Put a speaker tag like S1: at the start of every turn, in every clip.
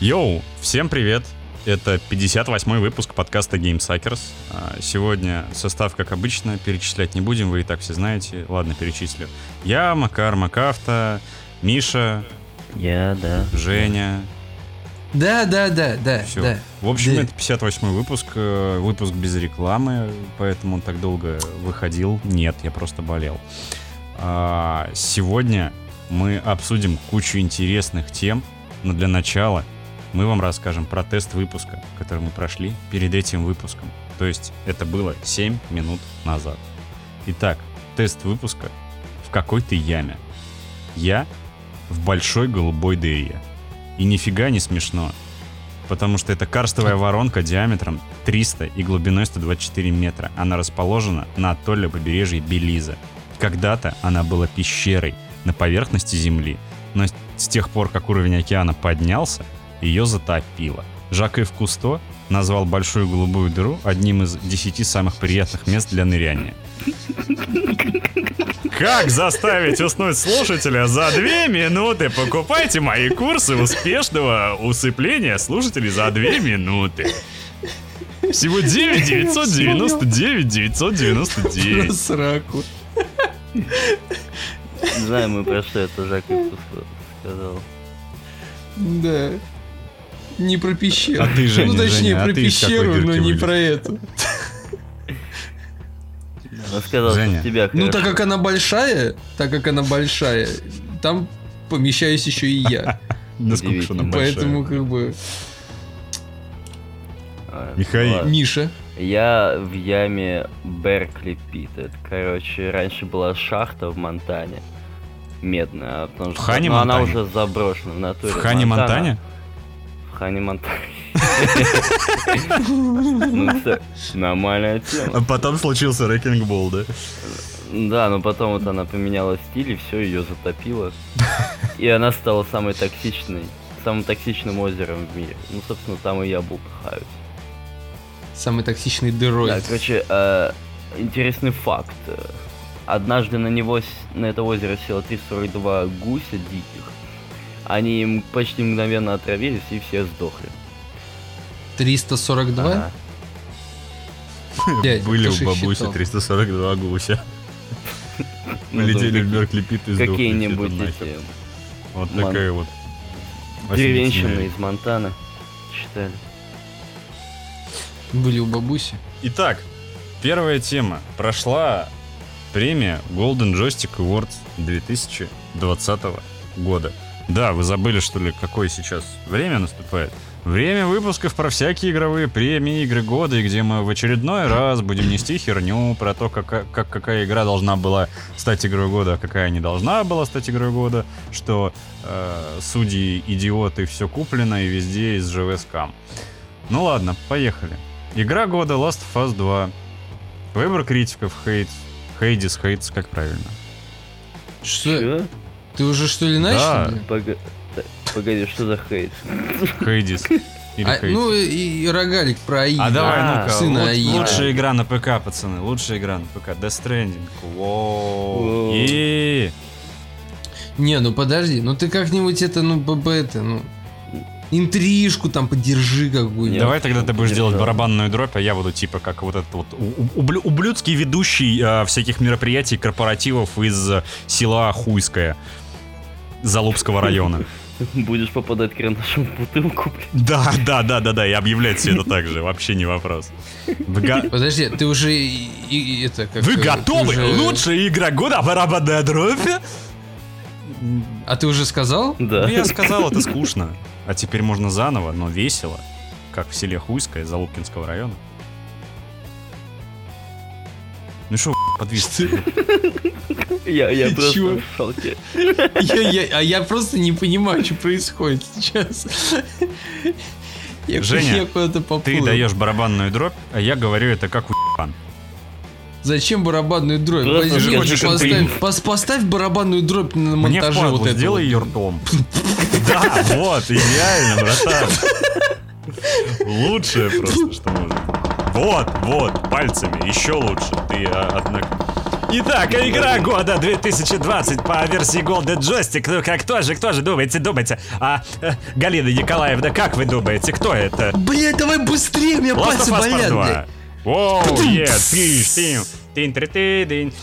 S1: Йоу, всем привет! Это 58-й выпуск подкаста Game Suckers. А, Сегодня состав, как обычно, перечислять не будем, вы и так все знаете. Ладно, перечислю. Я, Макар, Макафта, Миша,
S2: Я, да.
S1: Женя,
S3: Да, да, да, да,
S1: Все.
S3: да.
S1: В общем,
S3: Да.
S1: это 58 выпуск, э, выпуск без рекламы, поэтому он так долго выходил. Нет, я просто болел. А, Сегодня мы обсудим кучу интересных тем, но для начала мы вам расскажем про тест выпуска, который мы прошли перед этим выпуском. То есть это было 7 минут назад. Итак, тест выпуска в какой-то яме. Я в большой голубой дыре. И нифига не смешно. Потому что это карстовая воронка диаметром 300 и глубиной 124 метра. Она расположена на атолле побережья Белиза. Когда-то она была пещерой на поверхности Земли, но с- с тех пор, как уровень океана поднялся, ее затопило. Жак Ив Кусто назвал Большую Голубую Дыру одним из 10 самых приятных мест для ныряния. Как заставить уснуть слушателя за две минуты? Покупайте мои курсы успешного усыпления слушателей за две минуты. Всего 9 999 999.
S3: сраку.
S2: Не знаю, мы про что это Жак Ивкус сказал.
S3: Да. Не про пещеру.
S1: А ты, Женя,
S3: Ну, точнее,
S1: Женя, а
S3: про
S1: ты из какой
S3: пещеру,
S1: дырки
S3: но не
S1: вылез?
S3: про эту.
S2: Он сказал,
S1: Женя.
S2: что с тебя
S3: Ну, так
S2: хорошо.
S3: как она большая, так как она большая, там помещаюсь еще и я.
S1: Насколько же она большая.
S3: Поэтому, как бы,
S2: А,
S1: Михаил.
S2: ладно.
S3: Миша.
S2: Я в яме Беркли Пит. Это, короче, раньше была шахта в Монтане. Медная, а потому
S1: В
S2: что
S1: Хане,
S2: ну, она
S1: Монтане?
S2: уже заброшена в натуре.
S1: В Хане
S2: Монтана.
S1: Монтане?
S2: В Хане Монтане. Ну, кстати, нормальная тема.
S1: потом случился рекингбол, да?
S2: Да, но потом вот она поменяла стиль, и все, ее затопило. И она стала самой токсичной, самым токсичным озером в мире. Ну, собственно, там и я был пахаюсь.
S3: Самый токсичный дырой.
S2: Да, короче, э, интересный факт. Однажды на него, с- на это озеро село 342 гуся диких. Они им почти мгновенно отравились и все сдохли.
S3: 342?
S2: Ага.
S3: Дядя,
S1: Были
S3: ты
S1: у
S3: же
S1: бабуси
S3: считал.
S1: 342 гуся.
S2: Ну,
S1: Летели
S2: там
S1: в Беркли Пит и сдохли,
S2: Какие-нибудь
S1: всё там нахер.
S2: эти
S1: Вот
S2: ман-
S1: такая вот.
S2: деревенщины
S1: офигительная.
S2: из Монтана читали.
S3: Были у бабуси.
S1: Итак, первая тема. Прошла премия Golden Joystick Awards 2020 года. Да, вы забыли, что ли, какое сейчас время наступает? Время выпусков про всякие игровые премии, игры года, и где мы в очередной раз будем нести херню про то, как, как какая игра должна была стать игрой года, а какая не должна была стать игрой года, что э, судьи идиоты, все куплено и везде из ЖВ скам. Ну ладно, поехали. Игра года Last of Us 2. Выбор критиков Хейт. Хейдис, Хейтс, как правильно.
S3: Что?
S2: Чё?
S3: Ты уже что ли
S1: Да.
S3: начал?
S2: Пога- та- Погоди, что за хейт?
S1: Хейдис. Или
S3: А,
S1: Хейтс.
S3: ну и, и рогалик про Аида.
S1: а давай,
S2: а,
S1: ну-ка,
S3: сына
S1: луч-
S3: Аида.
S1: лучшая игра на ПК, пацаны, лучшая игра на ПК, Death Stranding, воу,
S2: Воу.
S1: и
S3: Не, ну подожди, ну ты как-нибудь это, ну, б- б- это, ну, интрижку там подержи какую-нибудь.
S2: Нет.
S1: давай тогда ты будешь
S2: Нет,
S1: делать
S2: да.
S1: барабанную дробь, а я буду типа как вот этот вот у- у- ублю- ублюдский ведущий э, всяких мероприятий, корпоративов из э, села Хуйское, Залупского района.
S2: Будешь попадать карандашом в бутылку, блин.
S1: Да, да, да, да, да, и объявлять все это так же, вообще не вопрос. Вы, га-
S3: Подожди, ты уже и- и- и это как...
S1: Вы
S3: э, ты
S1: готовы?
S3: уже-
S1: Лучшая игра года в барабанной дробь?
S3: А ты уже сказал?
S1: Ну,
S2: Да.
S1: я сказал, это скучно. А теперь можно заново, но весело. Как в селе Хуйское Залупкинского района. Ну что, подвис?
S2: Я, я
S3: Чё?
S2: просто в шоке.
S3: Я- я- а я просто не понимаю, что происходит сейчас. Я,
S1: Женя,
S3: я куда-то поплыл.
S1: Ты даешь барабанную дробь, а я говорю это как уебан.
S3: Зачем барабанную дробь?
S2: Просто
S3: Возьми,
S1: ты же хочешь
S3: поставь,
S1: интригу.
S3: пос- поставь барабанную дробь на
S1: Мне
S3: монтаже
S1: впадлу,
S3: вот это.
S1: сделай
S3: вот.
S1: ее ртом. Да, вот, идеально, братан. Лучшее просто, что можно. Вот, вот, пальцами, еще лучше. Ты, а, однако... Итак, игра года 2020 по версии Golden Joystick. Ну как, кто же, кто же, думаете, думаете? А, э, Галина Николаевна, как вы думаете, кто это?
S3: Блять, давай быстрее, у меня
S1: Last
S3: пальцы
S1: of Us Part
S3: болят,
S1: 2.
S3: блядь.
S1: Воу,
S3: Птум,
S1: е,
S3: пс.
S1: тыщ, тим, тынь, тры, ты, дынь.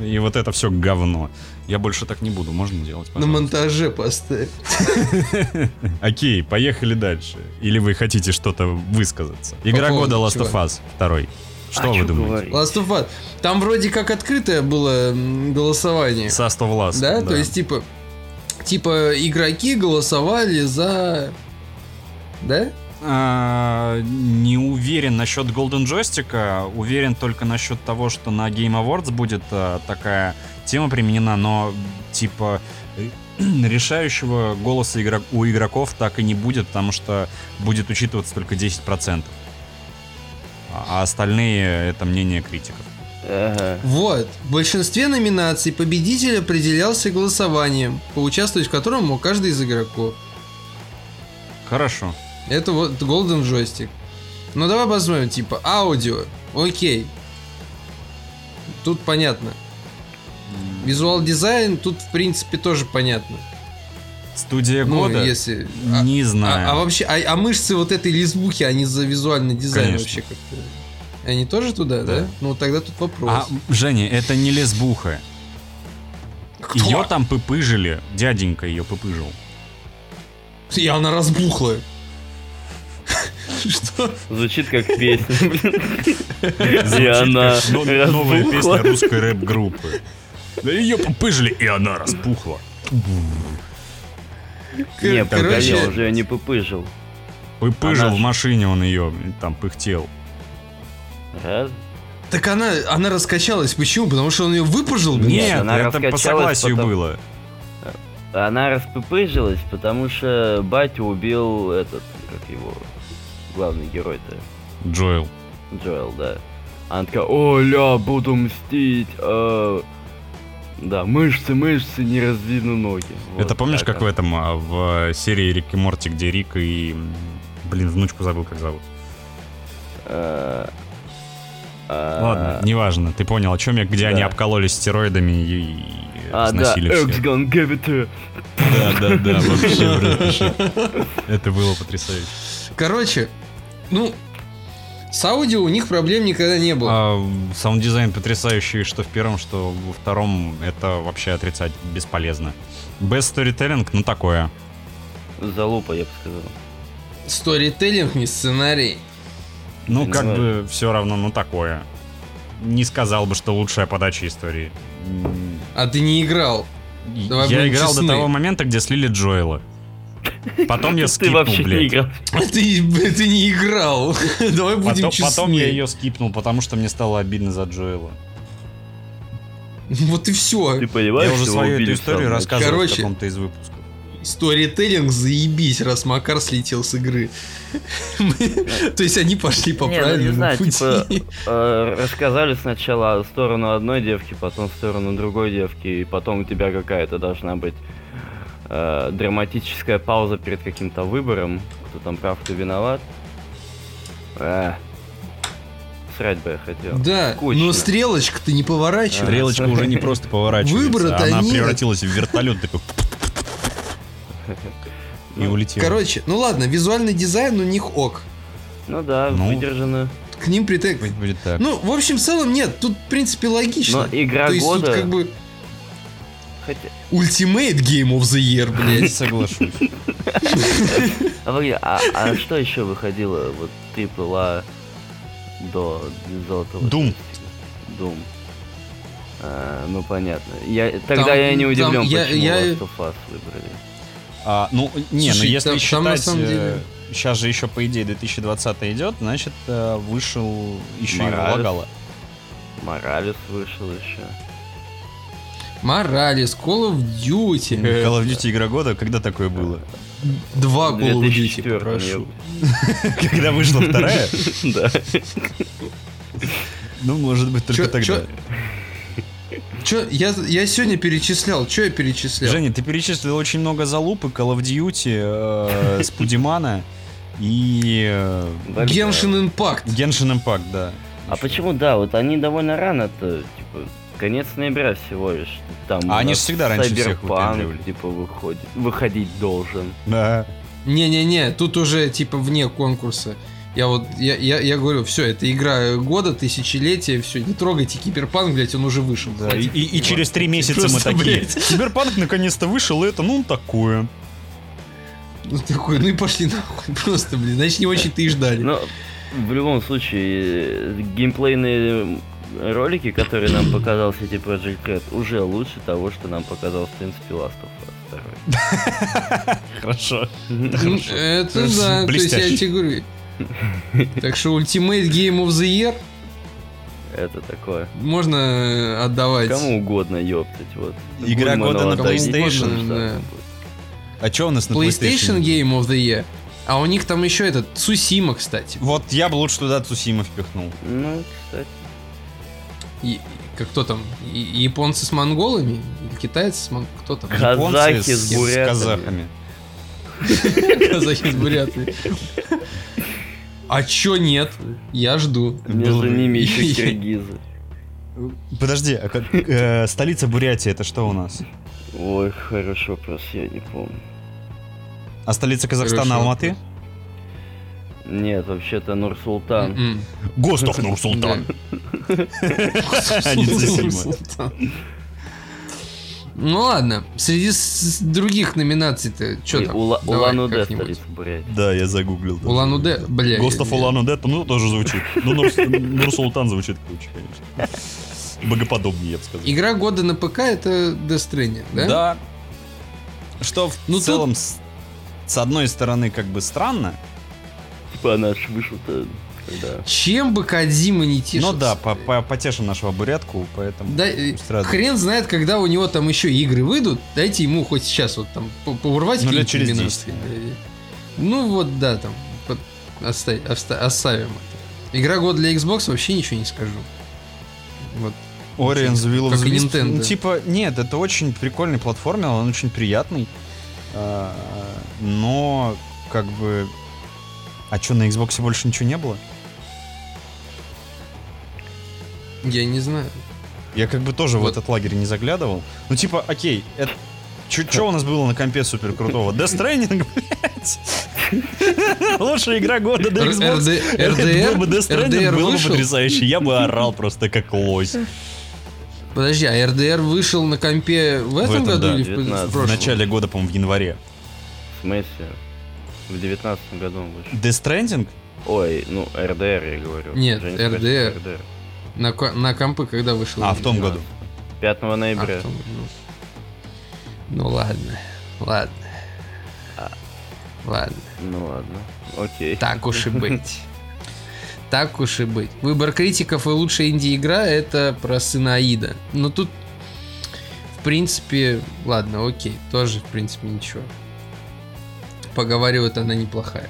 S1: И вот это все говно. Я больше так не буду, можно делать,
S3: На
S1: пожалуйста?
S3: монтаже поставь.
S1: Окей, поехали дальше. Или вы хотите что-то высказаться? Игра
S3: поводу
S1: года Last of
S3: чего?
S1: Us 2. Что
S2: А
S1: вы
S2: чё
S1: думаете?
S2: говорить?
S3: Last of Us. Там вроде как открытое было м, голосование.
S1: Last of Us,
S3: Да? То есть, типа, типа, игроки голосовали за... Да?
S1: А, Не уверен насчет Golden Joystick, уверен только насчет того, что на Game Awards будет а, такая тема применена, но типа э, решающего голоса игрок- у игроков так и не будет, потому что будет учитываться только 10%. А а остальные это мнение критиков.
S2: Ага.
S3: Вот. В большинстве номинаций победитель определялся голосованием, поучаствовать в котором мог каждый из игроков.
S1: Хорошо.
S3: Это вот Golden Joystick. Ну давай посмотрим, типа, аудио. Окей. Тут понятно. Визуал дизайн тут, в принципе, тоже понятно.
S1: Студия
S3: Ну,
S1: года.
S3: если... а-
S1: Не знаю.
S3: А, а вообще, а, а мышцы вот этой лесбухи, они за визуальный дизайн
S1: Конечно.
S3: вообще как-то. Они тоже туда, да?
S1: Да.
S3: Ну тогда тут вопрос.
S1: А, Женя, это не лесбуха.
S3: Кто?
S1: Ее там пыпыжили. Дяденька ее пыпыжил.
S3: И она разбухла. Что?
S2: Звучит как песня, блин. И
S1: Звучит
S2: она
S1: как но- новая песня
S2: разбухла.
S1: русской рэп-группы. Да ее попыжили, и она распухла.
S2: Не,
S3: Кор- короче-
S2: погоди, уже не попыжил.
S1: Пыпыжил
S2: Она
S1: в
S2: ж-
S1: машине он ее, там, пыхтел.
S2: Раз.
S3: Так она, она раскачалась. Почему? Потому что он ее выпожил, блин?
S1: Нет,
S2: она
S1: это по
S2: раскачалась
S1: согласию
S2: потом.
S1: было.
S2: Она распыпыжилась, потому что батю убил этот, как его, главный герой-то,
S1: Джоэл.
S2: Джоэл, да. Она такая, оля, буду мстить, э, Да, мышцы, мышцы, не раздвину ноги. Вот
S1: это помнишь,
S2: так
S1: как в этом, а, в э, серии Рик и Морти, где Рик и... м, Блин, внучку забыл, как зовут.
S2: она. Э, э,
S1: Ладно, неважно, ты понял, о чем я, где
S2: да.
S1: они обкололись стероидами и, и
S2: А, да,
S1: изнасилили всех.
S2: Eric's gonna give it to you.
S1: Да, да, да, вообще, брат, ты что? Это было потрясающе.
S3: Короче, ну, с аудио у них проблем никогда не было.
S1: А, Саунд-дизайн потрясающий, что в первом, что во втором, это вообще отрицать бесполезно. Best storytelling, ну такое.
S2: Залупа, я бы сказал.
S3: Сторителлинг, не сценарий.
S1: Ну,
S2: Не
S1: как
S2: знаю.
S1: бы все равно, ну такое. Не сказал бы, что лучшая подача истории. М,
S3: А ты не играл. Давай
S1: я
S3: будем
S1: играл
S3: честны.
S1: до того момента, где слили Джоэла. Потом я
S2: Ты
S1: скипнул,
S2: вообще не
S1: блядь.
S2: играл.
S3: А ты, ты не играл. Давай будем
S1: Потом,
S3: честны.
S1: потом я ее скипнул, потому что мне стало обидно за Джоэла.
S3: Вот и все.
S2: Ты понимаешь,
S1: я уже
S2: что его
S1: свою эту
S2: убили в
S1: историю
S2: самом начале?
S1: рассказывал
S3: Короче.
S1: в каком-то из выпусков.
S3: Сторителлинг заебись, раз Макар слетел с игры. То есть они пошли по
S2: Не, ну, не
S3: правильному
S2: знаю,
S3: пути.
S2: типа, Э, Рассказали сначала сторону одной девки, потом сторону другой девки, и потом у тебя какая-то должна быть э, драматическая пауза перед каким-то выбором, кто там прав, кто виноват. Э, Срать бы я хотел.
S3: Да,
S2: скучно.
S3: но стрелочка-то не поворачивает.
S1: Стрелочка уже не просто поворачивается,
S3: Выбора-то
S1: она
S3: нет.
S1: превратилась в вертолет такой. И
S2: Ну,
S1: улетела.
S3: Короче, ну ладно, визуальный дизайн у них ок.
S2: Ну да,
S1: Ну.
S2: выдержано.
S3: К ним претензий.
S1: Пусть будет так.
S3: Ну, в общем, в целом нет, тут, в принципе,
S2: Но
S3: логично.
S2: игра
S3: То есть тут
S2: года...
S3: как бы
S2: хотя-
S3: Ultimate Game of the Year,
S1: Не
S3: блядь.
S1: соглашусь.
S2: А, погоди, а, а что еще выходило? Вот ты была до золотого.
S1: Doom.
S2: Дум. А, ну понятно. Я, тогда я не
S3: там
S2: удивлен,
S3: я-
S2: почему
S3: я-
S2: Last of Us выбрали.
S1: А, ну, не, ну
S3: Слушай,
S1: если
S3: там- там на
S1: считать...
S3: самом деле-
S1: Сейчас же еще, по идее, 2020 идет, значит, э, вышел еще и
S2: Моралес.
S1: Лагала.
S2: Моралес вышел еще.
S3: Моралис, Call of Duty.
S1: Э, Call of Duty игра года, когда такое было?
S3: Два Call of Duty,
S2: 2004
S3: прошу.
S1: Когда вышла вторая?
S2: мне- Да.
S1: Ну, может быть, только
S3: Чё-
S1: тогда.
S3: чё- Чё, я, я сегодня перечислял, что я перечислял?
S1: Женя, ты перечислил очень много залупы, Call of Duty, э, Спудимана и э,
S2: Блин,
S3: Genshin Impact.
S1: Genshin Impact, да.
S2: А почему, да, вот они довольно рано-то, типа, Конец ноября всего лишь. Там у
S1: А они
S2: нас
S1: ж всегда раньше всех
S2: Ну Cyberpunk,
S1: выпендривали.
S2: типа, выходит, выходить должен.
S1: Да.
S3: Не-не-не, тут уже типа вне конкурса. Я вот, я, я, я говорю, все, это игра года, тысячелетия, все, не трогайте Киберпанк, блядь, он уже вышел.
S1: Да, И, и- и через три месяца мы
S3: Просто,
S1: такие.
S3: блядь.
S1: Киберпанк наконец-то вышел, и это, ну, такое.
S3: Ну такой, ну и пошли нахуй, просто, блин, значит не очень-то и ждали.
S1: Ну,
S2: Но Ну, в любом случае, э, геймплейные ролики, которые нам показал City Project Red, уже лучше того, что нам показал, в принципе, Last of Us
S1: Хорошо.
S2: 2.
S3: Ну, Это да, то есть я
S1: Блестяще.
S3: тебе говорю. Так что Ultimate Game of the Year
S2: Это такое.
S3: можно э, отдавать.
S2: Кому угодно, ёптать, вот.
S1: Игра
S2: Гудмана
S1: года на
S2: ладно,
S1: PlayStation,
S2: не знаю,
S3: да.
S2: там будет.
S1: А что у нас на
S3: PlayStation
S1: PlayStation?
S3: Game of the Year. А у них там еще этот Сусима, кстати.
S1: Вот я бы лучше туда Цусима впихнул.
S2: Ну, кстати.
S3: И- как кто там? и- японцы с монголами? Или китайцы с мон- Кто там?
S2: Ха- Казахи
S1: Японцы
S2: с бурятами.
S1: казахами.
S3: Казахи с буряты. А чё нет? Я жду.
S1: Было
S2: Между
S1: бы.
S2: ними еще
S3: Я-
S2: киргизы.
S1: Подожди, а как- э, столица Бурятии это что у нас?
S2: Ой, хорошо, просто я не помню.
S1: А столица Казахстана
S3: Хорошо.
S1: Алматы?
S2: Нет, вообще-то Нур-Султан.
S3: М-м.
S1: Гостов Нурсултан.
S2: А
S1: Они заснимают.
S3: Ну ладно, среди с- других номинаций-то что
S2: И
S3: там?
S2: Ула-
S3: Давай
S2: Улан-Удэ
S3: как-нибудь.
S2: столица Бурятии.
S1: Да, я загуглил. тоже.
S3: Улан-Удэ, бля.
S1: Гостов
S3: я-
S1: Улан-Удэ, это, ну, тоже звучит. Ну, Нурсултан звучит круче, конечно. Богоподобнее, я бы сказал.
S3: Игра года на ПК это Death Stranding, да?
S1: Что в
S3: Ну, тут-
S1: целом, с, с одной стороны, как бы странно.
S2: Типа она ж вышла-то, когда...
S3: Чем бы Кадзима не тешился?
S1: но Ну да, по, по- потешим нашего бурятку, поэтому...
S3: Да, э,
S1: пусть радует.
S3: хрен знает, когда у него там еще игры выйдут. Дайте ему хоть сейчас вот там по- поурвать.
S1: Ну, лет
S3: какие-нибудь
S1: через
S3: имена.
S1: 10.
S3: Ну вот, да, там. под- оста- оста- оставим это. Игра года для Xbox вообще ничего не скажу. Вот.
S1: Orient the Will of
S3: Как
S1: the
S3: и
S1: Wisps.
S3: Nintendo.
S1: Ну, Типа, нет, это очень прикольный платформер, он очень приятный. А, Но, как бы... А что, на Xbox больше ничего не было?
S3: Я не знаю.
S1: Я как бы тоже в
S3: Вот.
S1: этот лагерь не заглядывал. Ну, типа, окей, это... Что у нас было на компе супер крутого? Death Stranding, блядь. Лучшая игра года до
S3: Р-
S1: Xbox.
S3: RD
S1: Это был бы Death Stranding,
S3: RDR
S1: было бы
S3: вышел?
S1: потрясающе. Я бы орал просто как лось.
S3: Подожди, а РДР вышел на компе в этом,
S1: этом,
S3: году
S1: да,
S3: или в- в,
S2: 19.
S1: В
S3: прошлом?
S1: начале года, по-моему, в январе.
S2: В смысле? В девятнадцатом году он вышел.
S1: Death Stranding?
S2: Ой, ну, РДР я говорю.
S3: Нет,
S2: Женя спрашивает,
S3: RDR. На, ко- на компы когда вышел?
S1: А, в том году.
S2: 5
S3: А, в
S2: ноября.
S3: том году. Ну ладно, ладно.
S1: А.
S3: Ладно,
S2: Ну ладно, окей.
S3: так уж и быть. Так уж и быть. Выбор критиков и лучшая инди-игра это про сына Аида. Но тут, в принципе, ладно, окей, тоже, в принципе, ничего. Поговаривают, она неплохая.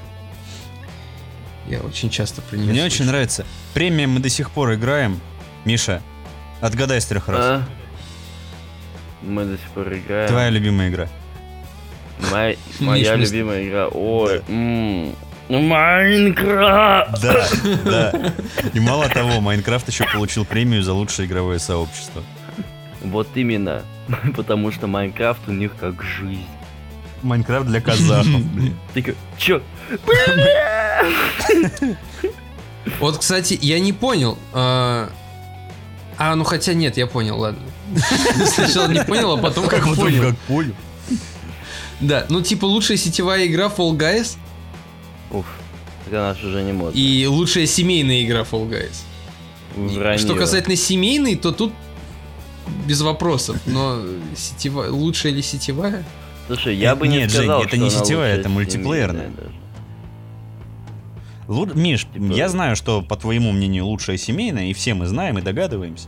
S3: Я очень часто про нее
S1: Мне
S3: слышу.
S1: очень нравится. Премия мы до сих пор играем. Миша, отгадай с трех раз.
S2: А? Мы до сих пор играем.
S1: Твоя любимая игра.
S2: Моя, моя
S3: Миш, мы с-
S2: любимая игра. Ой, м, ну, Майнкрафт!
S1: Да, да. И мало того, Майнкрафт еще получил премию за лучшее игровое сообщество.
S2: Вот именно. Потому что Майнкрафт у них как жизнь.
S1: Майнкрафт для казахов, блин.
S2: Ты как, чё?
S3: Вот, кстати, я не понял. А, а, ну хотя нет, я понял, ладно. Сначала не понял, а потом как понял.
S1: понял.
S3: Да, ну типа лучшая сетевая игра Fall Guys
S2: Уф, это наш уже не мод.
S3: и лучшая семейная игра Fall Guys.
S2: Вранье.
S3: Что касательно семейной, то тут без вопросов. Но сетевая, лучшая ли сетевая?
S2: Слушай, я бы не
S1: Нет, Жень,
S2: сказал,
S1: это
S2: что
S1: не
S2: она
S1: сетевая,
S2: лучшая
S1: это мультиплеерная.
S2: семейная даже.
S1: Лу- Миш,
S2: Типа-
S1: я знаю, что, по твоему мнению, лучшая семейная, и все мы знаем и догадываемся.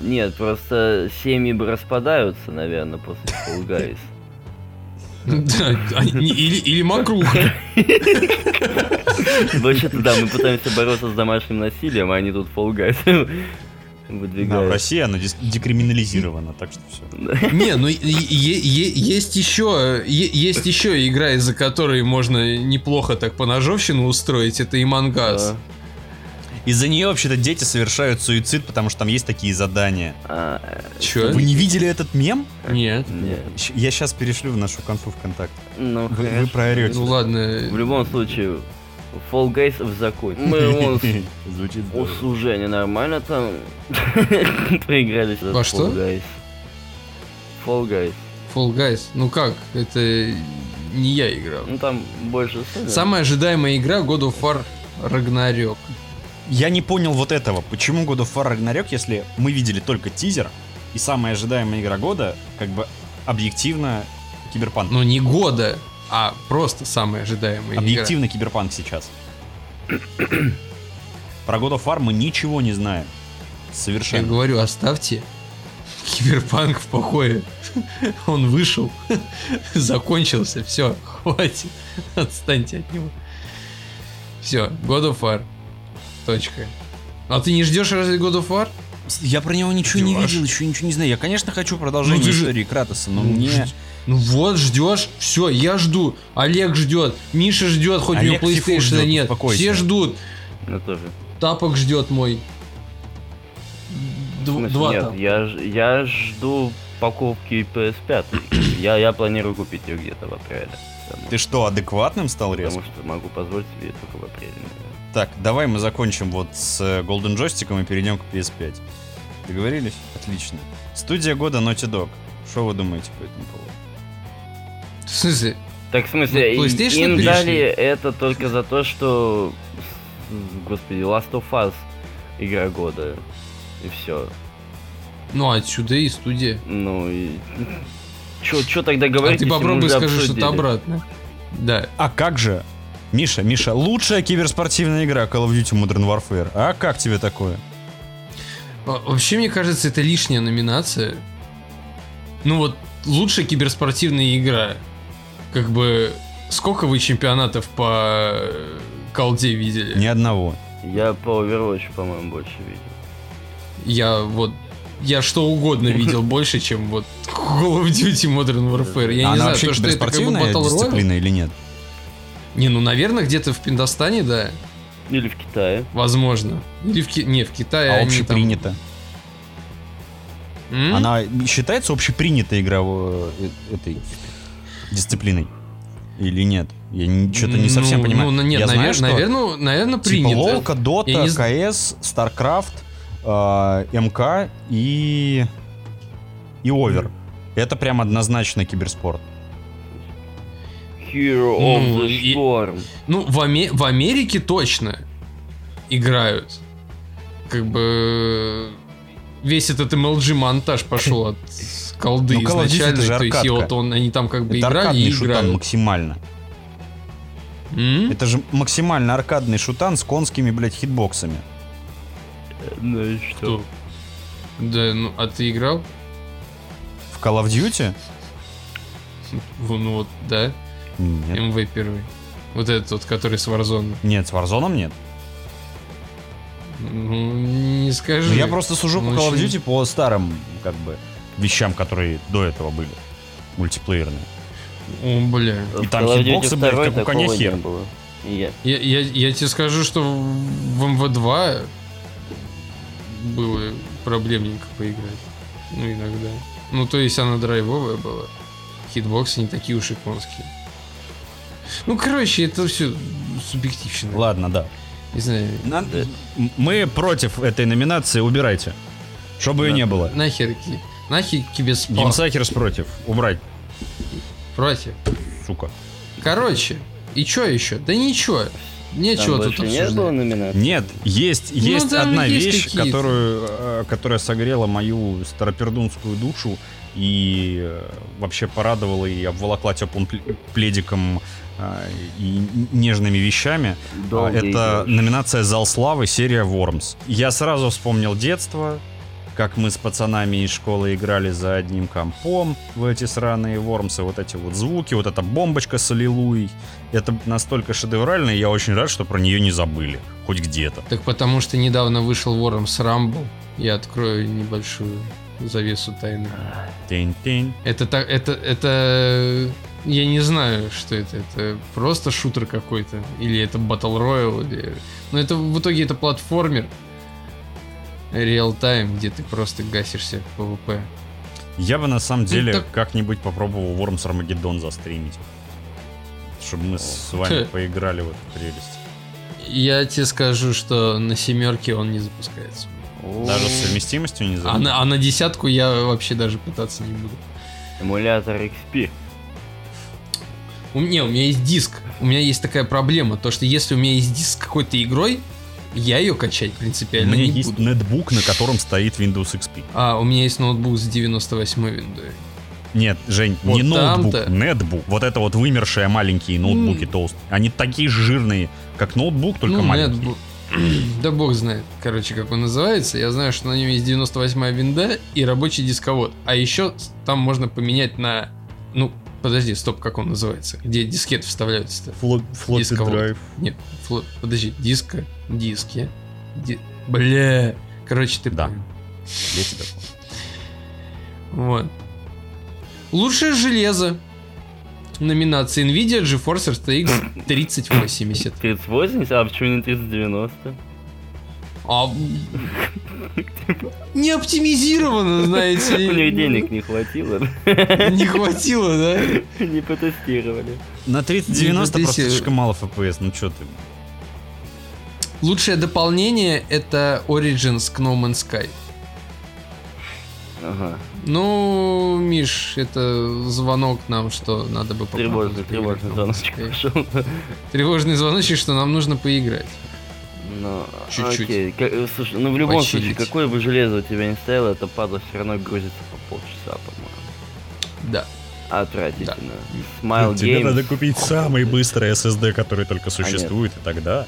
S2: Нет, просто семьи бы распадаются, наверное, после Fall Guys.
S3: Да, а, не- или, или Макруха.
S2: Вообще да, мы пытаемся бороться с домашним насилием, а они тут Fall Guys
S1: Да, в
S2: выдвигают.
S1: России она дис- декриминализирована, так что все.
S3: Не, ну е- е- е- есть еще е- есть еще игра, из-за которой можно неплохо так поножовщину устроить. Это Имангаз.
S2: Да.
S1: Из-за нее вообще-то дети совершают суицид, потому что там есть такие задания.
S2: А,
S3: Чё?
S1: Вы не видели этот мем?
S3: Нет.
S2: нет.
S1: Щ- Я сейчас перешлю в нашу конфу ВКонтакте.
S2: Ну,
S1: Вы, вы
S2: хорошо.
S1: проорете.
S3: Ну
S2: В
S3: ладно.
S2: любом случае, Fall Guys в законе. Мы его с-
S1: Звучит здорово.
S2: Ус уже ненормально там проиграли этот
S3: Во
S2: Fall
S3: что?
S2: Guys. Fall Guys.
S3: Fall Guys. Ну как? Это не я играл.
S2: Ну там больше сына.
S3: Самая ожидаемая игра God of War Ragnarok.
S1: Я не понял вот этого. Почему God of War Ragnarok, если мы видели только тизер, и самая ожидаемая игра года, как бы объективно киберпанк.
S3: Ну не года, а просто самая ожидаемая
S1: объективно киберпанк сейчас. Про God of War мы ничего не знаем.
S3: игра. Я
S1: Совершенно.
S3: говорю, оставьте Киберпанк в покое. Он вышел, закончился, все, хватит, отстаньте от него. Все, God of War. Точка. А ты не ждешь разве God of War?
S1: Я про него ничего не
S3: Диваш.
S1: видел, еще ничего не знаю. Я, конечно, хочу продолжение
S3: Ну ты же-
S1: истории Кратоса, но
S3: Ну,
S1: мне...
S3: жд- Ну вот, ждешь, все, я жду. Олег ждет, Миша ждет, хоть
S1: Олег
S3: у него
S1: всего ждет,
S3: PlayStation нет.
S1: успокойся.
S3: Все ждут.
S2: Ну тоже.
S3: Тапок ждет мой. Д-
S2: В смысле,
S3: Ну, два
S2: Ну, нет,
S3: тапка.
S2: я, ж- я жду покупки PS5. я, я планирую купить ее где-то в апреле. Потому,
S1: Ты что, адекватным стал резко?
S2: потому что могу позволить себе только в апреле. наверное.
S1: Так, давай мы закончим вот с э, Golden Joystick и перейдем к PS5. Договорились? Отлично. Студия года Naughty Dog. Что вы думаете по этому поводу?
S3: В смысле?
S2: Так, в смысле,
S3: Ну,
S2: и-
S3: PlayStation
S2: им
S3: лишний.
S2: дали это только за то, что... с- Господи, Last of Us игра года. И все.
S3: Ну отсюда и студия.
S2: Ну и... Чё, чё тогда
S3: А
S2: говорить,
S3: ты
S2: если мы
S3: попробуй
S2: уже
S3: скажи
S2: обсудили?
S3: что-то обратно. Да.
S1: А как же? Миша, Миша, лучшая киберспортивная игра Call of Duty Modern Warfare. А как тебе такое?
S3: Во- А, Вообще, мне кажется, это лишняя номинация. Ну вот, лучшая киберспортивная игра. Как бы, сколько вы чемпионатов по э, колде видели?
S1: Ни одного.
S2: Я по Overwatch, по-моему, больше видел.
S3: Я вот я что угодно видел больше, чем вот Call of Duty Modern Warfare.
S1: А
S3: Я не
S1: она
S3: знаю,
S1: вообще
S3: то, что это как бы
S1: киберспортивная
S3: Battle Royale.
S1: дисциплина или нет?
S3: Не, ну, наверное, где-то в Пиндостане, да,
S2: Или в Китае.
S3: возможно. Или в Ки- Не, в Китае
S1: А
S3: они Эм, там-
S1: общепринята.
S3: М?
S1: Она считается общепринятой игра в, э, этой дисциплиной? Или нет? Я что-то не совсем
S3: Ну,
S1: понимаю.
S3: Ну, нет,
S1: Я знаю,
S3: наверное,
S1: что-
S3: наверное, наверное,
S1: Типа
S3: принято.
S1: Лолка, Дота,
S3: Я не
S1: КС, Старкрафт, э, МК и... и Овер. Это прям однозначно киберспорт.
S2: Hero of
S3: Ну,
S2: the
S3: и-
S2: Storm.
S3: Ну, в, Аме- в Америке точно играют. Как бы весь этот MLG монтаж пошел от колды
S1: Ну, Call of Duty
S3: изначально.
S1: это же
S3: То есть, и
S1: аркадка.
S3: вот он, они там как бы
S1: Это
S3: играли
S1: аркадный
S3: и
S1: шутан
S3: играют.
S1: максимально.
S3: М?
S1: Это же максимально аркадный шутан с конскими, блядь, хитбоксами.
S2: Ну и что?
S3: Кто? Да, ну, а ты играл?
S1: В Call of Duty?
S3: В- Ну вот, да,
S1: Нет.
S3: МВ первый. Вот этот вот, который с Warzone.
S1: Нет, с Warzone нет.
S3: Ну, не скажи.
S1: Ну, я просто сужу по
S3: Ну,
S1: Call of
S3: очень-
S1: Duty по старым, как бы, вещам, которые до этого были. Мультиплеерные.
S3: О, бля.
S1: И там хитбоксы, блядь, как у коня хер.
S2: было. И я-
S3: Я, я- я тебе скажу, что в МВ2 было проблемненько поиграть. Ну, иногда. Ну, то есть она драйвовая была. Хитбоксы не такие уж и конские. Ну, короче, это все субъективно.
S1: Ладно, да.
S3: Не знаю.
S1: Надо- М- Мы против этой номинации, убирайте. Чтобы ее
S2: Да.
S1: не было.
S3: Нахер, ки- нахер киберспорт.
S1: Геймсакерс против. Убрать,
S3: Братья.
S1: сука.
S3: Короче, и чё еще? Да ничего.
S2: Там
S3: Нечего тут
S2: больше не
S3: обсуждать.
S2: было номинаций?
S1: Нет, есть, есть
S3: там
S1: одна
S3: Ну, есть
S1: вещь,
S3: какие-то.
S1: которую, э, которая согрела мою старопердунскую душу и э, вообще порадовала и обволокла теплым пле- пледиком э, и нежными вещами.
S2: Долго
S1: Это
S2: идёшь.
S1: номинация «Зал славы», серия «Вормс». Я сразу вспомнил детство, как мы с пацанами из школы играли за одним компом в эти сраные «Вормсы», вот эти вот звуки, вот эта бомбочка с аллилуй. Это настолько шедеврально, и я очень рад, что про нее не забыли. Хоть где-то.
S3: Так потому что недавно вышел вором с Рамбл. Я открою небольшую завесу тайны.
S1: Тень-тень.
S3: Это так, это, это Я не знаю, что это. Это просто шутер какой-то. Или это Battle Royale. Или... Но это в итоге это платформер. Real time, где ты просто гасишься в PvP.
S1: Я бы на самом деле
S3: Ну, так-
S1: как-нибудь попробовал Worms Armageddon застримить. Чтобы мы с вами
S3: Хе.
S1: поиграли в эту прелесть.
S3: Я тебе скажу, что на семерке он не запускается.
S1: Даже с совместимостью не
S3: А
S1: забыл.
S3: на, а на десятку я вообще даже пытаться не буду.
S2: Эмулятор XP.
S3: У меня, у меня есть диск. У меня есть такая проблема, то что если у меня есть диск с какой-то игрой, я ее качать
S1: У
S3: принципиально
S1: меня
S3: не
S1: есть
S3: буду.
S1: нетбук, на котором стоит Windows XP.
S3: А, у меня есть ноутбук с 98-й виндой.
S1: Нет, Жень,
S3: Вот
S1: не ноутбук,
S3: там-то.
S1: нетбук. Вот это вот вымершие маленькие ноутбуки
S3: М.
S1: толстые. Они такие жирные, как ноутбук, только
S3: Ну,
S1: маленький.
S3: нет, бу- Да бог знает, короче, как он называется. Я знаю, что на нем есть 98-я винда и рабочий дисковод. А еще с- там можно поменять на... Ну, подожди, стоп, как он называется? Где дискет вставляются-то? Дисковод. драйв. Нет, фло- подожди, диска, диски. ди- Бля, короче, ты
S1: Да.
S3: понял.
S1: Я тебя понял.
S3: Вот. Лучшее железо. Номинации Nvidia GeForce RTX 3080.
S2: 3080, а почему не 3090?
S3: А... м, Не оптимизировано, знаете.
S2: У
S3: ли.
S2: них денег не хватило,
S3: Не хватило, да?
S2: не потестировали.
S1: На 3090
S3: Не, ну,
S1: просто
S3: ты се-
S1: слишком мало FPS, ну что ты.
S3: Лучшее дополнение это Origins к No Man's Sky.
S2: Ага,
S3: Ну, Миш, это звонок нам, что надо бы попробовать
S2: тревожный, тревожный
S3: поиграть в No Man's
S2: звоночек
S3: Sky.
S2: пошел.
S3: Тревожный звоночек, что нам нужно поиграть.
S2: Ну,
S3: Чуть-чуть.
S2: окей. Ка- э, Слушай, ну в любом
S3: Почилить.
S2: случае, какое бы железо у тебя не стояло, эта падла все равно грузится по полчаса, по-моему.
S3: Да. Да.
S2: Отвратительно. Smile
S1: Тебе надо
S2: Games.
S1: купить самый быстрый SSD, который только существует, и тогда...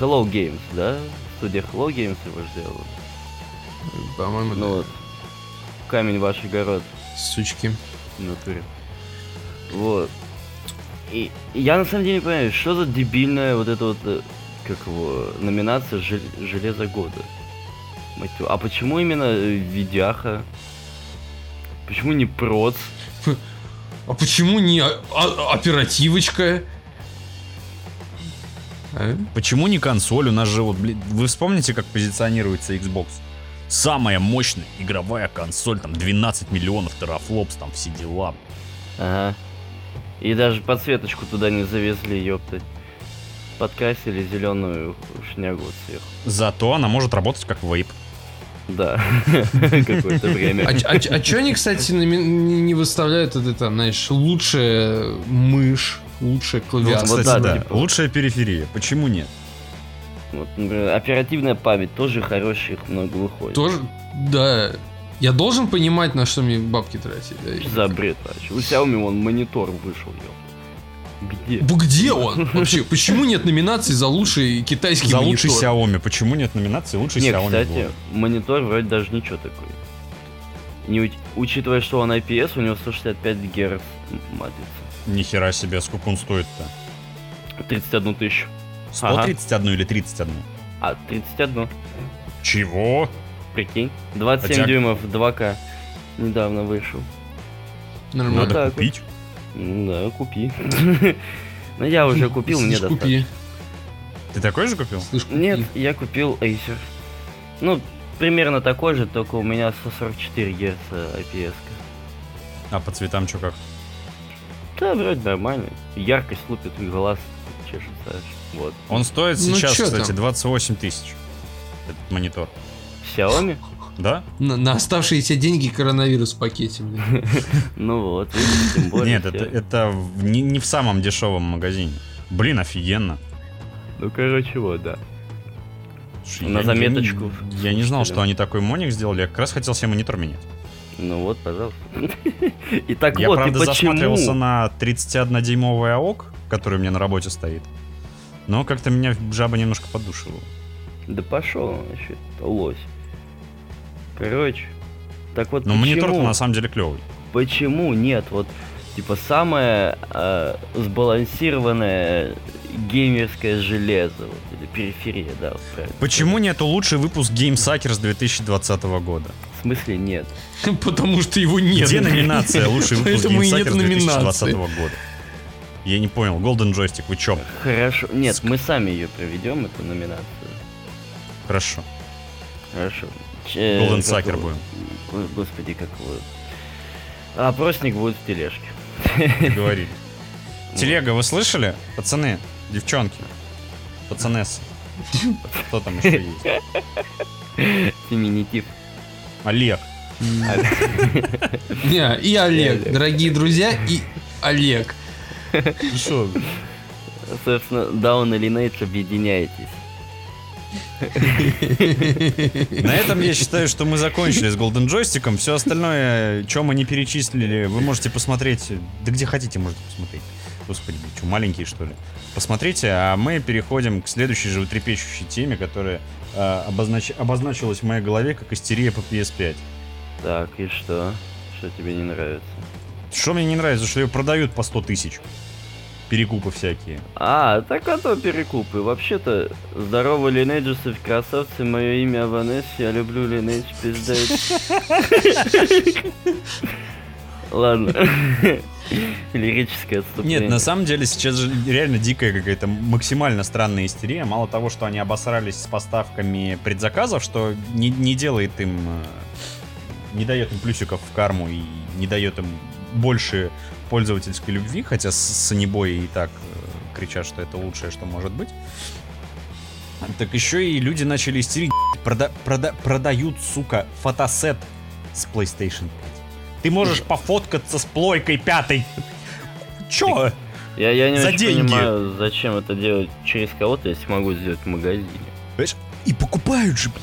S2: Hello Games, да? Студия Hello Games его сделала.
S3: По-моему,
S2: Ну вот. Камень ваш огород.
S3: да. Сучки.
S2: в натуре. Вот. И и я на самом деле не понимаю, что за дебильная вот эта вот, э, как его, номинация «Жел- «Железо года». Мать твою, А почему именно э, видяха? Почему не проц?
S3: А почему не а- а- оперативочка? А?
S1: Почему не консоль? У нас же вот, блин, вы вспомните, как позиционируется Xbox? Самая мощная игровая консоль, там 12 миллионов терафлопс, там все дела.
S2: Ага. И даже подсветочку туда не завезли, ёптать. Подкрасили зеленую шнягу сверху.
S1: Зато она может работать как вейп.
S2: Да, какое-то
S3: А,
S2: время.
S3: че они, кстати, нами- не не выставляют это там, знаешь, лучшая мышь, лучшая
S1: Вот,
S3: клавиатура?
S2: вот
S1: кстати,
S2: да,
S1: да.
S2: типа.
S1: Лучшая периферия. Почему нет?
S2: Вот, например, оперативная память тоже хороших много выходит.
S3: Тоже, да. Я должен понимать, на что мне бабки тратить. да, и-
S2: Что за бред вообще? У Xiaomi вон монитор вышел, ё. Где?
S3: Б- Где он вообще? Почему нет номинации за лучший китайский
S1: За лучший
S3: монитор?
S1: Xiaomi. Почему нет номинации лучший
S2: Не,
S1: Xiaomi?
S2: кстати,
S1: года?
S2: монитор вроде даже ничего такой. Не уч- учитывая, что он IPS, у него 165 Гц матрица.
S1: Нихера себе, сколько он стоит-то?
S2: 31 тысячу.
S1: 131 или 31?
S2: А, 31,
S1: Чего?
S2: прикинь. 27
S1: Хотя-
S2: дюймов 2К недавно вышел.
S3: Нормально.
S1: Надо
S2: Ну, так вот.
S1: купить.
S2: Ну да, купи. Ну я уже купил, мне
S3: Слышь,
S2: достаточно.
S3: купи.
S1: Ты такой же купил?
S3: Слышь, купи.
S2: Нет, я купил Acer. Ну, примерно такой же, только у меня 144 Гц IPS. -ка.
S1: А по цветам что как?
S2: Да, вроде нормально. Яркость лупит в глаз, чешется. аж. Вот.
S1: Он стоит
S3: Ну,
S1: сейчас,
S3: чё
S1: кстати,
S3: там?
S1: 28 тысяч. Этот монитор.
S2: Xiaomi?
S1: Да?
S3: На, на оставшиеся деньги коронавирус в пакете, блин.
S2: Ну вот, видите, тем более.
S1: Нет, это,
S2: всё.
S1: это в- не, не в самом дешевом магазине. Блин, офигенно.
S2: Ну, короче, вот, да.
S1: Слушай,
S2: На
S1: я-
S2: заметочку.
S1: Я, не- я не знал,
S2: Слушай,
S1: что они такой моник сделали. Я как раз хотел себе монитор менять.
S2: Ну вот, пожалуйста. И так
S1: я,
S2: вот, и
S1: правда, засматривался
S2: почему...
S1: на 31-дюймовый АОК, который у меня на работе стоит. Но как-то меня жаба немножко подушила.
S2: Да пошел, он вообще, лось. Короче, так вот,
S1: Но монитор
S2: почему-
S1: на самом деле клевый.
S2: Почему нет? Вот, типа, самое э, сбалансированное геймерское железо, вот, или периферия, да, вот правильно.
S1: Почему нету лучший выпуск GameSackers 2020 года?
S2: В смысле нет?
S3: Потому что его нет.
S2: ну,
S1: Где номинация лучший выпуск
S3: Поэтому и нет
S1: GameSackers 2020
S3: номинации.
S1: года? Я не понял, Golden Joystick, вы чё?
S2: Э, Хорошо. Нет,
S1: Ск-
S2: мы сами ее проведем, эту номинацию.
S1: Хорошо.
S2: Хорошо.
S1: Golden
S2: Голден
S1: Sucker будем.
S2: Господи, как его. Опросник будет в тележке.
S1: Говорили. Телега, вы слышали? Пацаны, девчонки, пацанессы. Кто там еще есть?
S2: Феминитив.
S1: Олег.
S2: А,
S3: Не, и Олег,
S2: Олег.
S3: дорогие друзья, и Олег.
S1: Что?
S2: Собственно, Down или Nates, объединяйтесь.
S1: На этом я считаю, что мы закончили с Golden Joystick. Все остальное, что мы не перечислили, вы можете посмотреть. Да где хотите, можете посмотреть. Господи, вы что, маленькие, что ли? Посмотрите, а мы переходим к следующей животрепещущей теме, которая э, обознач- обозначилась в моей голове как истерия по PS5.
S2: Так, и что? Что тебе не нравится?
S1: Что мне не нравится, что ее продают по 100 тысяч. Перекупы всякие.
S2: А, так а то перекупы. Вообще-то, здорово, линейджесы, красавцы, мое имя Аванес, я люблю линейдж, пизда. Ладно. Лирическое отступление.
S1: Нет, на самом деле сейчас же реально дикая какая-то максимально странная истерия. Мало того, что они обосрались с поставками предзаказов, что не, не делает им, э, не дает им плюсиков в карму и не дает им больше пользовательской любви, хотя с санебои и так э, кричат, что это лучшее, что может быть. Так еще и люди начали истерить. Прода- прода- продают, сука, фотосет с PlayStation 5. Ты можешь пофоткаться с плойкой пятой. Чё?
S2: Я, я не
S1: За
S2: очень
S1: деньги.
S2: понимаю, зачем это делать через кого-то, если могу сделать в магазине.
S1: Понимаешь? И покупают же, блядь.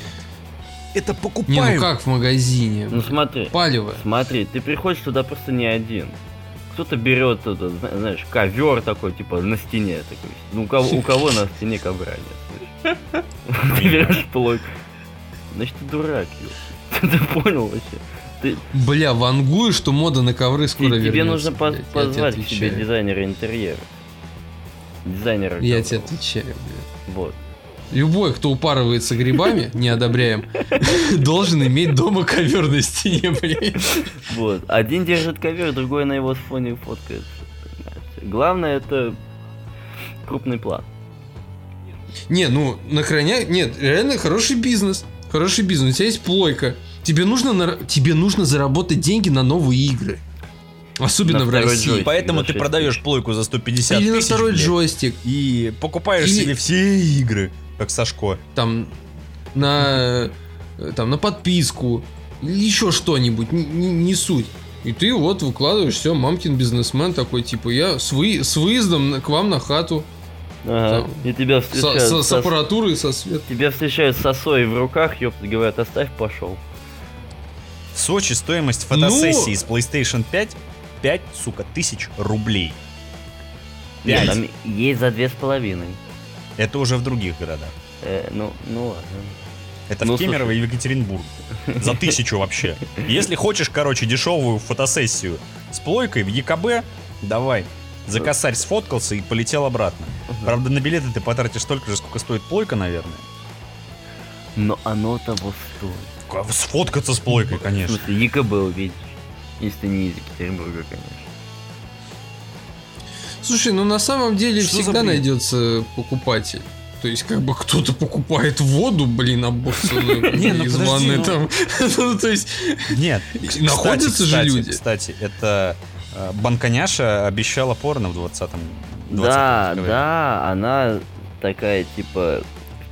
S1: Это покупают.
S3: Не, ну как в магазине?
S2: Ну смотри,
S3: Палево.
S2: смотри, ты приходишь туда просто не один. Кто-то берет это, зна- знаешь, ковер такой, типа, на стене такой. Ну, у кого, у кого на стене ковра нет? слышишь? Ты берешь плойку. Значит, ты дурак, ёпта. ты понял вообще?
S3: Бля, вангую, что мода на ковры
S2: Ты-
S3: скоро
S2: тебе
S3: вернется,
S2: нужно поз-
S3: блядь, Ну, я тебе
S2: позвать к себе
S3: отвечаю.
S2: дизайнера интерьера. Дизайнера.
S3: Я
S2: ковров.
S3: тебе отвечаю, блядь.
S2: Вот.
S3: Любой, кто упарывается грибами, не одобряем, должен иметь дома ковер на стене, блядь.
S2: Вот. Один держит ковер, другой на его фоне фоткается. понимаешь? Главное это крупный план.
S3: Не, ну, на храня... Нет, реально хороший бизнес. Хороший бизнес. У тебя есть плойка. Тебе нужно, нар- тебе нужно заработать деньги на новые игры. Особенно
S2: На
S3: в
S2: второй
S3: России.
S2: джойстик.
S1: Поэтому
S2: за
S1: ты
S2: шесть
S1: продаешь
S2: тысяч.
S1: плойку за 150
S3: Или на
S1: тысяч,
S3: второй
S1: блядь,
S3: джойстик.
S1: И покупаешь
S3: Или-
S1: себе все игры, как Сашко.
S3: Там на, э, там, на подписку. Или еще что-нибудь. Не, не- не суть. И ты вот выкладываешь все, мамкин бизнесмен такой, типа, я с, вы- с выездом на- к вам на хату,
S2: Ага. И тебя
S3: со-
S2: встречают,
S3: со- с
S2: со-
S3: аппаратурой, со светом.
S2: тебя встречают с сосой в руках, ёпта, говорят, оставь, пошел.
S1: В Сочи стоимость
S3: Ну-
S1: фотосессии с PlayStation 5 5, сука, тысяч рублей. Пять.
S2: Нет, там есть за две с половиной.
S1: Это уже в других городах.
S2: Э, ну, ну ладно.
S1: Это
S2: Ну,
S1: в Кемерово и в Екатеринбург. За тысячу вообще. Если хочешь, короче, дешевую фотосессию с плойкой в ЕКБ, давай. За косарь сфоткался и полетел обратно. Правда, на билеты ты потратишь столько же, сколько стоит плойка, наверное.
S2: Но оно того стоит.
S1: К- Сфоткаться с плойкой,
S2: В
S1: конечно.
S2: смысле, ЕКБ увидишь. Если ты не из Екатеринбурга, конечно.
S3: Слушай, ну на самом деле
S1: Что за
S3: всегда
S1: бред?
S3: найдется покупатель. То есть, как бы кто-то покупает воду, блин, обоссанную
S1: Не, ну
S3: из
S1: подожди,
S3: ванны
S1: ну-
S3: там. Ну, то есть,
S1: Нет.
S3: И
S1: Кс-
S3: находятся же
S1: кстати,
S3: люди.
S1: Кстати, это э, Банконяша обещала порно в 20-м. 20-м
S2: Да,
S1: веке.
S2: да, она такая, типа,